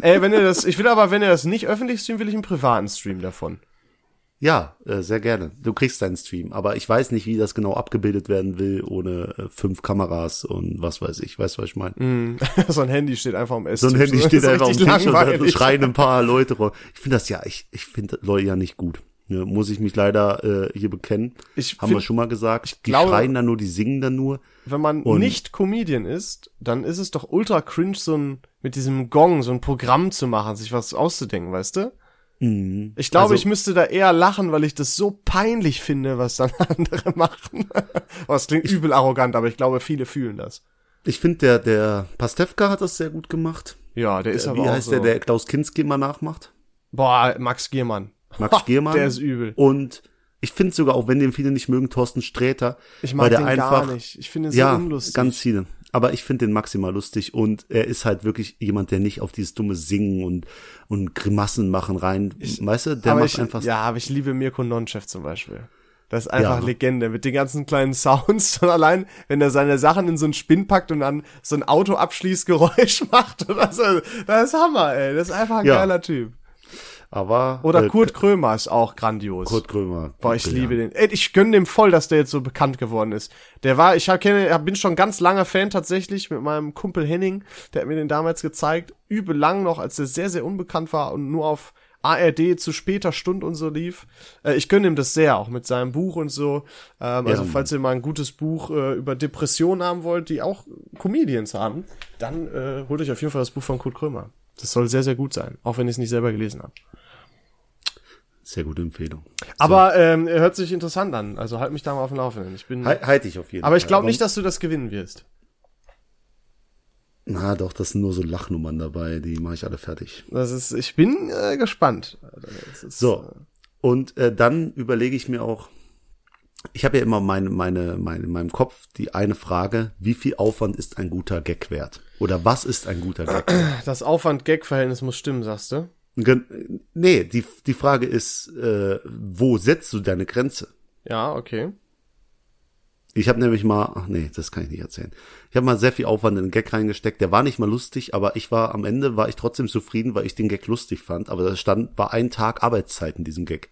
A: Ey, wenn ihr das, ich will aber, wenn ihr das nicht öffentlich streamt, will ich einen privaten Stream davon. <laughs>
B: ja, äh, sehr gerne. Du kriegst deinen Stream, aber ich weiß nicht, wie das genau abgebildet werden will, ohne äh, fünf Kameras und was weiß ich. Weißt du, was ich meine?
A: so ein Handy steht einfach am
B: So
A: Esstisch.
B: ein Handy
A: Hm, Das
B: steht
A: ist
B: einfach auf dem
A: richtig
B: Tisch und da
A: langweilig.
B: <laughs> schreien ein paar Leute rum. Ich finde das ja, ich, ich finde Leute ja nicht gut. Ja, muss ich mich leider äh, hier bekennen.
A: Ich
B: Haben
A: find-
B: wir schon mal gesagt. Die
A: glaube-
B: schreien da nur, die singen da nur.
A: wenn man
B: Und-
A: nicht Comedian ist, dann ist es doch ultra cringe, so ein, mit diesem Gong, so ein Programm zu machen, sich was auszudenken, weißt du? Ich glaube,
B: Also-
A: ich müsste da eher lachen, weil ich das so peinlich finde, was dann <laughs> andere machen. Was klingt übel arrogant, aber ich glaube, viele fühlen das.
B: Ich finde, der, der Pastewka hat das sehr gut gemacht.
A: Ja, der ist aber
B: Äh, Wie
A: auch
B: heißt
A: so.
B: der, der Klaus Kinski immer nachmacht?
A: Boah, Max Giermann.
B: Max
A: <laughs>
B: Giermann.
A: Der ist übel.
B: Und ich finde sogar, auch wenn den viele nicht mögen, Thorsten Sträter.
A: Ich
B: weil
A: mag
B: der
A: den
B: einfach,
A: gar nicht. Ich finde es
B: Ja,
A: so unlustig.
B: ganz viele. Aber ich finde den maximal lustig und er ist halt wirklich jemand, der nicht auf dieses dumme Singen und, und Grimassen machen rein. weißt du, der
A: aber
B: macht
A: ich,
B: einfach
A: Ja, aber ich liebe Mirko Nonchef zum Beispiel. Das ist einfach
B: Ja.
A: Legende mit den ganzen kleinen <laughs> Sounds. Und allein, wenn er seine Sachen in so einen Spinn packt und dann so ein Autoabschließgeräusch <laughs> macht oder so. Das ist Hammer, ey. Das ist einfach ein
B: Ja.
A: geiler Typ.
B: Aber
A: Oder
B: äh,
A: Kurt Krömer ist auch grandios.
B: Kurt Krömer.
A: Boah, ich liebe den. Ey, ich gönne dem voll, dass der jetzt so bekannt geworden ist. Der war, ich hab, kenne, bin schon ganz langer Fan tatsächlich mit meinem Kumpel Henning. Der hat mir den damals gezeigt. Übel lang noch, als der sehr, sehr unbekannt war und nur auf ARD zu später Stunde und so lief. Äh, ich gönne ihm das sehr, auch mit seinem Buch und so. Ähm, also,
B: Mann.
A: falls ihr mal ein gutes Buch äh, über Depressionen haben wollt, die auch Comedians haben, dann äh, holt euch auf jeden Fall das Buch von Kurt Krömer. Das soll sehr, sehr gut sein, auch wenn ich es nicht selber gelesen habe.
B: Sehr gute Empfehlung.
A: Aber ähm, er hört sich interessant an. Also halt mich da mal auf dem Laufenden. Ich bin.
B: Hal- Halte ich Halt, auf jeden
A: aber
B: Fall.
A: ich glaube nicht, dass du das gewinnen wirst.
B: Na doch, das sind nur so Lachnummern dabei, die mache ich alle fertig.
A: Das ist. Ich bin äh, gespannt. Das ist,
B: So. Und äh, dann überlege ich mir auch, ich habe ja immer meine, meine, meine, in meinem Kopf die eine Frage, wie viel Aufwand ist ein guter Gag wert? Oder was ist ein guter Gag?
A: Das Aufwand-Gag-Verhältnis muss stimmen, sagst du?
B: Gen- nee, die, die Frage ist, äh, wo setzt du deine Grenze?
A: Ja, okay.
B: Ich habe nämlich mal, ach nee, das kann ich nicht erzählen. Ich habe mal sehr viel Aufwand in den Gag reingesteckt. Der war nicht mal lustig, aber ich war am Ende war ich trotzdem zufrieden, weil ich den Gag lustig fand. Aber da stand war ein Tag Arbeitszeit in diesem Gag.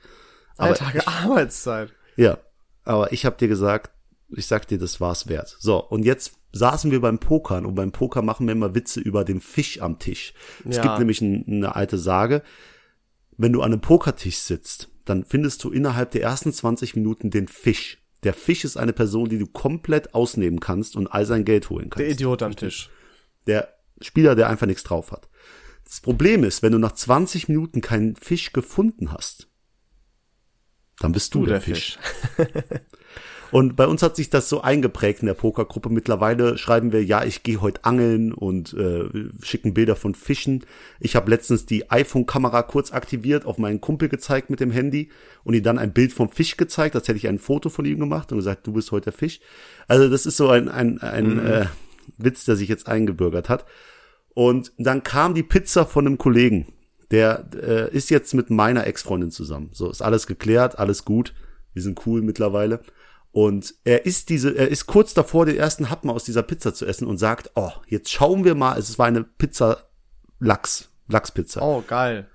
A: Drei
B: Aber
A: Tage Arbeitszeit.
B: ja, aber ich habe dir gesagt, ich sag dir, das war's wert. So und jetzt saßen wir beim Pokern und beim Poker machen wir immer Witze über den Fisch am Tisch. Es
A: Ja.
B: gibt nämlich ein, eine alte Sage, wenn du an einem Pokertisch sitzt, dann findest du innerhalb der ersten 20 Minuten den Fisch. Der Fisch ist eine Person, die du komplett ausnehmen kannst und all sein Geld holen kannst.
A: Der Idiot am Tisch.
B: Der Spieler, der einfach nichts drauf hat. Das Problem ist, wenn du nach 20 Minuten keinen Fisch gefunden hast, dann bist du, der, Fisch. Und bei uns hat sich das so eingeprägt in der Pokergruppe. Mittlerweile schreiben wir, ja, ich gehe heute angeln und äh, schicken Bilder von Fischen. Ich habe letztens die iPhone-Kamera kurz aktiviert, auf meinen Kumpel gezeigt mit dem Handy und ihm dann ein Bild vom Fisch gezeigt, als hätte ich ein Foto von ihm gemacht und gesagt, du bist heute der Fisch. Also das ist so ein, ein, ein äh, Witz, der sich jetzt eingebürgert hat. Und dann kam die Pizza von einem Kollegen. Der äh, ist jetzt mit meiner Ex-Freundin zusammen. So ist alles geklärt, alles gut. Wir sind cool mittlerweile. Und er ist diese, er ist kurz davor, den ersten Happen aus dieser Pizza zu essen und sagt, oh, jetzt schauen wir mal, es war eine Pizza Lachs, Lachspizza.
A: Oh, <laughs> geil.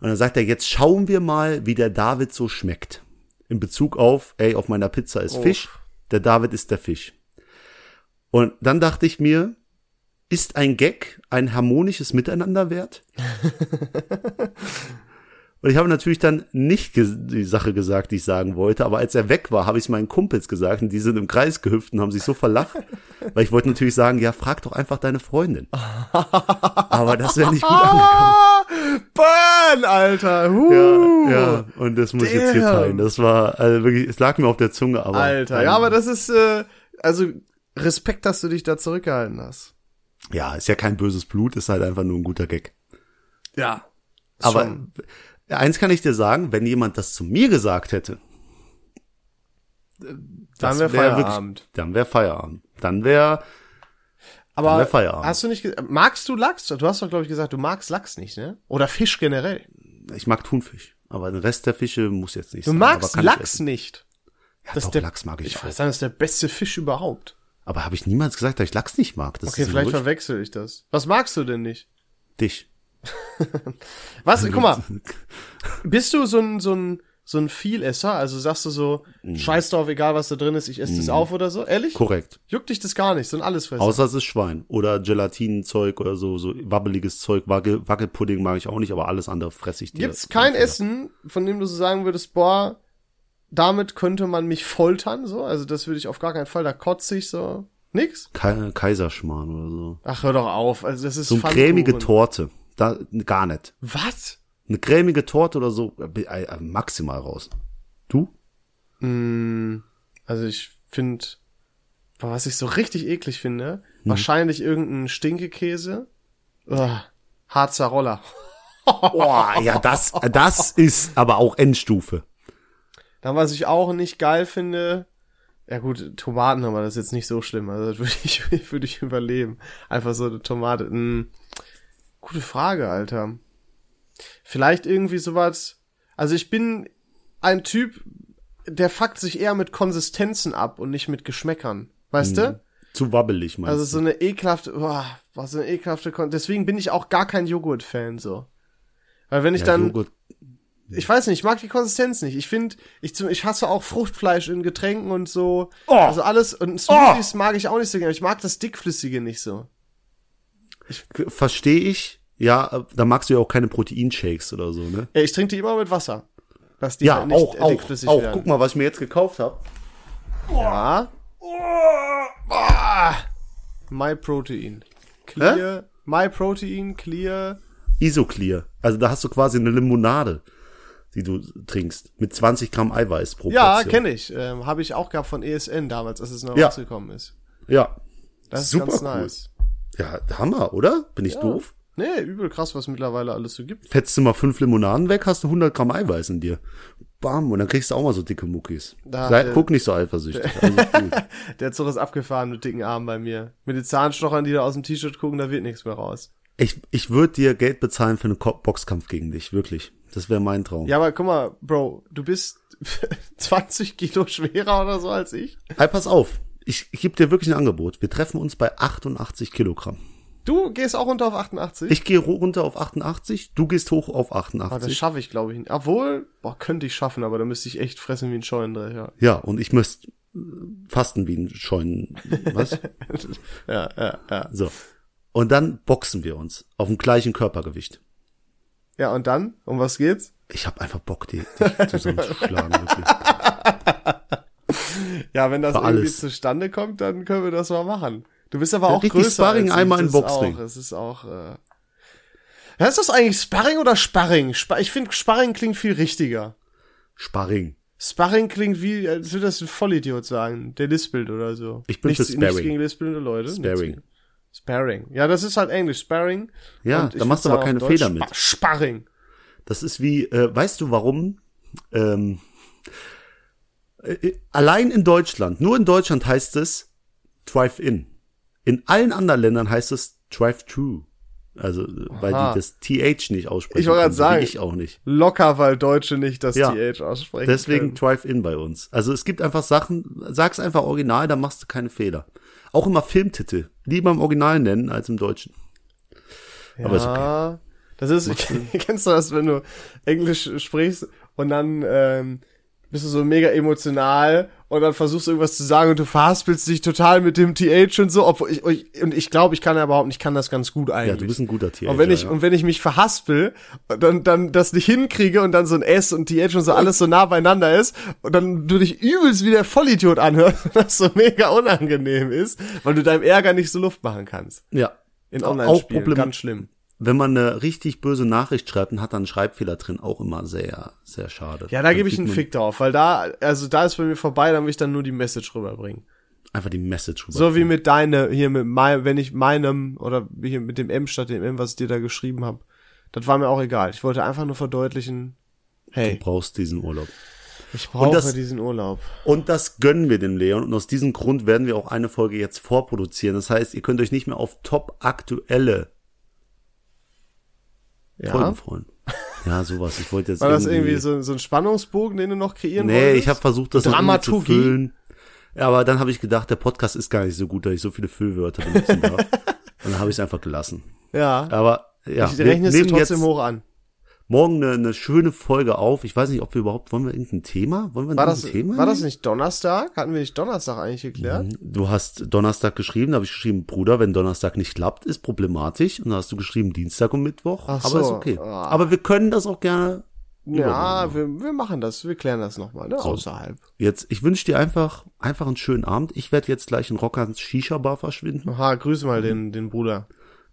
B: Und dann sagt er, jetzt schauen wir mal, wie der David so schmeckt. In Bezug auf, ey, auf meiner Pizza ist Fisch, der David ist der Fisch. Und dann dachte ich mir, ist ein Gag ein harmonisches Miteinander wert? Und ich habe natürlich dann nicht ges- die Sache gesagt, die ich sagen wollte, aber als er weg war, habe ich es meinen Kumpels gesagt und die sind im Kreis gehüpft und haben sich so verlacht, weil ich wollte natürlich sagen, ja, frag doch einfach deine Freundin. aber das wäre nicht gut angekommen.
A: Ah, Burn, Alter. Huh.
B: Ja, ja, und das muss ich jetzt hier
A: Damn.
B: teilen. Das war also wirklich, es lag mir auf der Zunge, aber
A: Alter. Ja, aber das ist, äh, also Respekt, dass du dich da zurückgehalten hast.
B: ja, ist ja kein böses Blut, ist halt einfach nur ein guter Gag.
A: Ja.
B: Aber
A: schon.
B: eins kann ich dir sagen, wenn jemand das zu mir gesagt hätte,
A: dann
B: das
A: wäre
B: wär wirklich-
A: Feierabend.
B: dann wäre Feierabend. Dann wäre
A: aber
B: wär Feierabend.
A: hast du nicht, ge- magst du Lachs? Du hast doch, glaube ich, gesagt, du magst Lachs nicht, ne? Oder Fisch generell.
B: Ich mag Thunfisch, aber den Rest der Fische muss jetzt nicht
A: Du
B: sein.
A: magst
B: aber kann ich
A: Lachs
B: essen.
A: nicht.
B: Ja,
A: Das
B: doch,
A: der-
B: Lachs mag ich,
A: Ich
B: auch.
A: weiß sagen, das ist der beste Fisch überhaupt.
B: Aber habe ich niemals gesagt, dass ich Lachs nicht mag. Das
A: Okay,
B: ist ein
A: vielleicht
B: Gerücht.
A: verwechsel ich das. Was magst du denn nicht?
B: dich.
A: Was, guck
B: <laughs>
A: mal, bist du so ein, so ein, so ein Vielesser? Also sagst du so, scheiß drauf, egal was da drin ist, ich esse das auf oder so? Ehrlich?
B: Korrekt.
A: Juckt dich das gar nicht, so ein Allesfresser.
B: Außer es ist Schwein oder Gelatinenzeug oder so, so wabbeliges Zeug. Wacke, Wackelpudding mag ich auch nicht, aber alles andere fresse ich dir.
A: Gibt's kein Essen, von dem du so sagen würdest, boah, damit könnte man mich foltern, so? Also das würde ich auf gar keinen Fall, da kotze ich so. Nix?
B: Ke Kaiserschmarrn oder so.
A: Ach, hör doch auf, also das ist
B: So eine
A: Pfannkuchen.
B: cremige Torte. Da, gar nicht.
A: Was?
B: Eine cremige Torte oder so, äh, äh, maximal raus. Du?
A: Also ich finde, was ich so richtig eklig finde,
B: Mhm.
A: wahrscheinlich irgendein Stinkekäse. Ugh, Harzer Roller.
B: Boah, ja, das, äh, das ist aber auch Endstufe.
A: Dann, was ich auch nicht geil finde, ja gut, Tomaten haben wir das ist jetzt nicht so schlimm, also das würde ich, <laughs> würde ich überleben. Einfach so eine Tomate. Hm. Gute Frage, Alter. Vielleicht irgendwie sowas. Also ich bin ein Typ, der fuckt sich eher mit Konsistenzen ab und nicht mit Geschmäckern. Weißt du?
B: Zu wabbelig, meinst
A: Also so eine ekelhafte, boah, boah, so eine ekelhafte Kon Deswegen bin ich auch gar kein Joghurt-Fan so. Weil wenn ich
B: du?
A: dann,
B: Joghurt.
A: ich weiß nicht, ich mag die Konsistenz nicht. Ich finde, ich, zum- ich hasse auch Fruchtfleisch in Getränken und so.
B: Oh.
A: Also alles, und Smoothies mag ich auch nicht so gerne. Ich mag das Dickflüssige nicht so.
B: Verstehe ich. Ja, äh, da magst du ja auch keine Proteinshakes oder so, ne?
A: Ja, ich trinke die immer mit Wasser. Dass die
B: Ja,
A: halt
B: auch,
A: äh,
B: auch,
A: dickflüssig
B: auch.
A: werden.
B: Guck Oh. mal, was ich mir jetzt gekauft habe.
A: Ja.
B: Oh.
A: My Protein. Clear. My Protein, clear.
B: Isoclear. Also da hast du quasi eine Limonade, die du trinkst. Mit 20 Gramm Eiweiß pro
A: Ja,
B: Portion.
A: kenne ich. Ähm, Habe ich auch gehabt von ESN damals, als es neu
B: Ja.
A: rausgekommen ist.
B: Ja.
A: Das ist
B: Super
A: ganz
B: cool.
A: nice.
B: Ja, Hammer, oder? Bin ich doof?
A: Nee, übel krass, was mittlerweile alles so gibt.
B: Fetzt du mal fünf Limonaden weg, hast du 100 Gramm Eiweiß in dir. Bam, und dann kriegst du auch mal so dicke Muckis.
A: Da,
B: Sei,
A: äh,
B: guck nicht
A: <laughs>
B: so eifersüchtig. Alles gut.
A: Der Zug ist abgefahren mit dicken Armen bei mir. Mit den Zahnstochern, die da aus dem T-Shirt gucken, da wird nichts mehr raus.
B: Ich, ich würde dir Geld bezahlen für einen Ko Boxkampf gegen dich, wirklich. Das wäre mein Traum.
A: Ja, aber guck mal, Bro, du bist <laughs> 20 Kilo schwerer oder so als ich.
B: Hey, pass auf. Ich, ich gebe dir wirklich ein Angebot. Wir treffen uns bei 88 Kilogramm.
A: Du gehst auch runter auf 88.
B: Ich gehe runter auf 88, du gehst hoch auf
A: Ah, das
B: 88.
A: schaffe ich, glaube ich, nicht. Obwohl, boah, könnte ich schaffen, aber da müsste ich echt fressen wie ein Scheunendreher. Ja.
B: ja, und ich müsste äh, fasten wie ein Scheunen. Was?
A: <laughs> ja, ja, ja.
B: so. Und dann boxen wir uns auf dem gleichen Körpergewicht.
A: Ja, und dann? Um was geht's?
B: Ich habe einfach Bock, die,
A: <laughs>
B: dich zusammenzuschlagen. Wirklich.
A: Ja, wenn das
B: Für
A: irgendwie
B: alles.
A: zustande kommt, dann können wir das mal machen. Du bist aber
B: Ja,
A: auch
B: richtig
A: größer
B: Sparring
A: als ich.
B: einmal in
A: das ist
B: Boxring.
A: Auch, das ist auch. Äh Heißt das eigentlich Sparring oder Sparring? Spa- Ich finde, Sparring klingt viel richtiger.
B: Sparring.
A: Sparring klingt wie, äh, als würde das ein Vollidiot sagen, der lispelt oder so.
B: Ich bin
A: nichts,
B: für Sparring.
A: Nichts gegen lispelnde Leute. nichts
B: Sparring.
A: gegen- Sparring. Ja, das ist halt Englisch. Sparring.
B: Ja,
A: Und ich
B: da machst du
A: würd
B: aber
A: sagen
B: keine
A: auf Deutsch
B: Fehler mit.
A: Spa- Sparring.
B: Das ist wie, äh, weißt du warum? Ähm, äh, allein in Deutschland, nur in Deutschland heißt es Drive-In. In allen anderen Ländern heißt es Drive-Through. Also, äh, weil
A: Aha.
B: die das TH nicht aussprechen.
A: Ich wollte gerade
B: können, so wie
A: sagen.
B: Ich auch nicht.
A: Locker, weil Deutsche nicht das
B: Ja.
A: TH aussprechen. können.
B: Deswegen Drive-In bei uns. Also es gibt einfach Sachen, sag's einfach original, dann machst du keine Fehler. Auch immer Filmtitel. Lieber im Original nennen als im Deutschen. Aber ist okay.
A: Ja, das ist, <laughs> kennst du das, wenn du Englisch sprichst und dann ähm, bist du so mega emotional und dann versuchst du irgendwas zu sagen und du verhaspelst dich total mit dem TH und so, obwohl ich, ich und ich glaube, ich kann ja überhaupt nicht, kann das ganz gut eigentlich.
B: Ja, du bist ein guter TH.
A: und wenn ich
B: ja.
A: und wenn ich mich verhaspel und dann dann das nicht hinkriege und dann so ein S und TH und so alles so nah beieinander ist und dann du dich übelst wie der Vollidiot anhörst, <laughs> und das so mega unangenehm ist, weil du deinem Ärger nicht so Luft machen kannst.
B: ja.
A: In
B: Auch- auch
A: Online-Spielen,
B: Problem-
A: ganz schlimm.
B: Wenn man eine richtig böse Nachricht schreibt und hat dann einen Schreibfehler drin, auch immer sehr, sehr schade.
A: Ja, da
B: Dann
A: gebe ich
B: kriegt
A: einen
B: man
A: Fick drauf, weil da, also da ist bei mir vorbei, dann will ich dann nur die Message rüberbringen.
B: Einfach die Message rüber.
A: So wie mit deine, hier mit mein, wenn ich meinem oder hier mit dem M statt dem M, was ich dir da geschrieben habe. Das war mir auch egal. Ich wollte einfach nur verdeutlichen,
B: Du
A: hey,
B: brauchst diesen Urlaub.
A: ich brauche
B: das-
A: diesen Urlaub.
B: Und das gönnen wir dem Leon. Und aus diesem Grund werden wir auch eine Folge jetzt vorproduzieren. Das heißt, ihr könnt euch nicht mehr auf top aktuelle
A: Ja?
B: Folgen freuen. Ja, sowas. Ich wollte jetzt
A: War das irgendwie so, so ein Spannungsbogen, den du noch kreieren
B: Nee,
A: wolltest?
B: ich habe versucht, das noch irgendwie zu
A: Dramaturgie.
B: füllen. Ja, aber dann habe ich gedacht, der Podcast ist gar nicht so gut, dass ich so viele Füllwörter benutzen
A: <laughs>
B: darf. Und dann habe ich es einfach gelassen.
A: Ja,
B: Aber ja,
A: ich rechne es dir
B: nehmen
A: trotzdem hoch an.
B: morgen eine, eine schöne Folge auf. Ich weiß nicht, ob wir überhaupt, wollen wir irgendein Thema? Wollen wir
A: War
B: irgendein
A: das,
B: Thema?
A: war das nicht Donnerstag? Hatten wir nicht Donnerstag eigentlich geklärt?
B: Du hast Donnerstag geschrieben, da habe ich geschrieben, Bruder, wenn Donnerstag nicht klappt, ist problematisch. Und da hast du geschrieben Dienstag und Mittwoch,
A: Ach
B: aber ist
A: so.
B: okay.
A: Ah.
B: Aber wir können das auch gerne.
A: Ja, wir, wir machen das, wir klären das nochmal, ne? Außerhalb.
B: Jetzt, ich wünsche dir einfach, einfach einen schönen Abend. Ich werde jetzt gleich in Rockans Shisha-Bar verschwinden,
A: Aha, grüß mal den, den Bruder.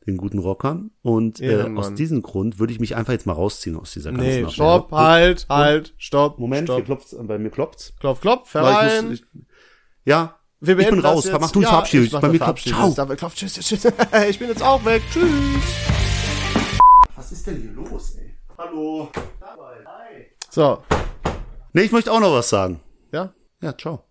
B: den guten Rockern. Und äh,
A: Ehrenmann.
B: aus diesem Grund würde ich mich einfach jetzt mal rausziehen aus dieser ganzen
A: Nee,
B: Affäre.
A: stopp, halt, halt, stopp.
B: Moment, hier
A: stopp.
B: klopft's, äh, bei mir klopft's.
A: klopf, klopf,
B: Aber ich
A: herein.
B: muss- ich- Ja,
A: Wir
B: ich
A: beenden
B: bin
A: das
B: raus.
A: jetzt.
B: Mach du, ich
A: Ja,
B: verabschiede mich.
A: mach
B: Bei
A: eine
B: mir klopft's.
A: Verabschiedung.
B: Ciao.
A: Dabei klopft. Tschüss, tschüss, tschüss. Ich bin jetzt auch weg. Tschüss.
B: Was ist denn hier los, ey? Hallo.
A: So,
B: Nee, ich möchte auch noch was sagen.
A: ja.
B: Ja, ciao.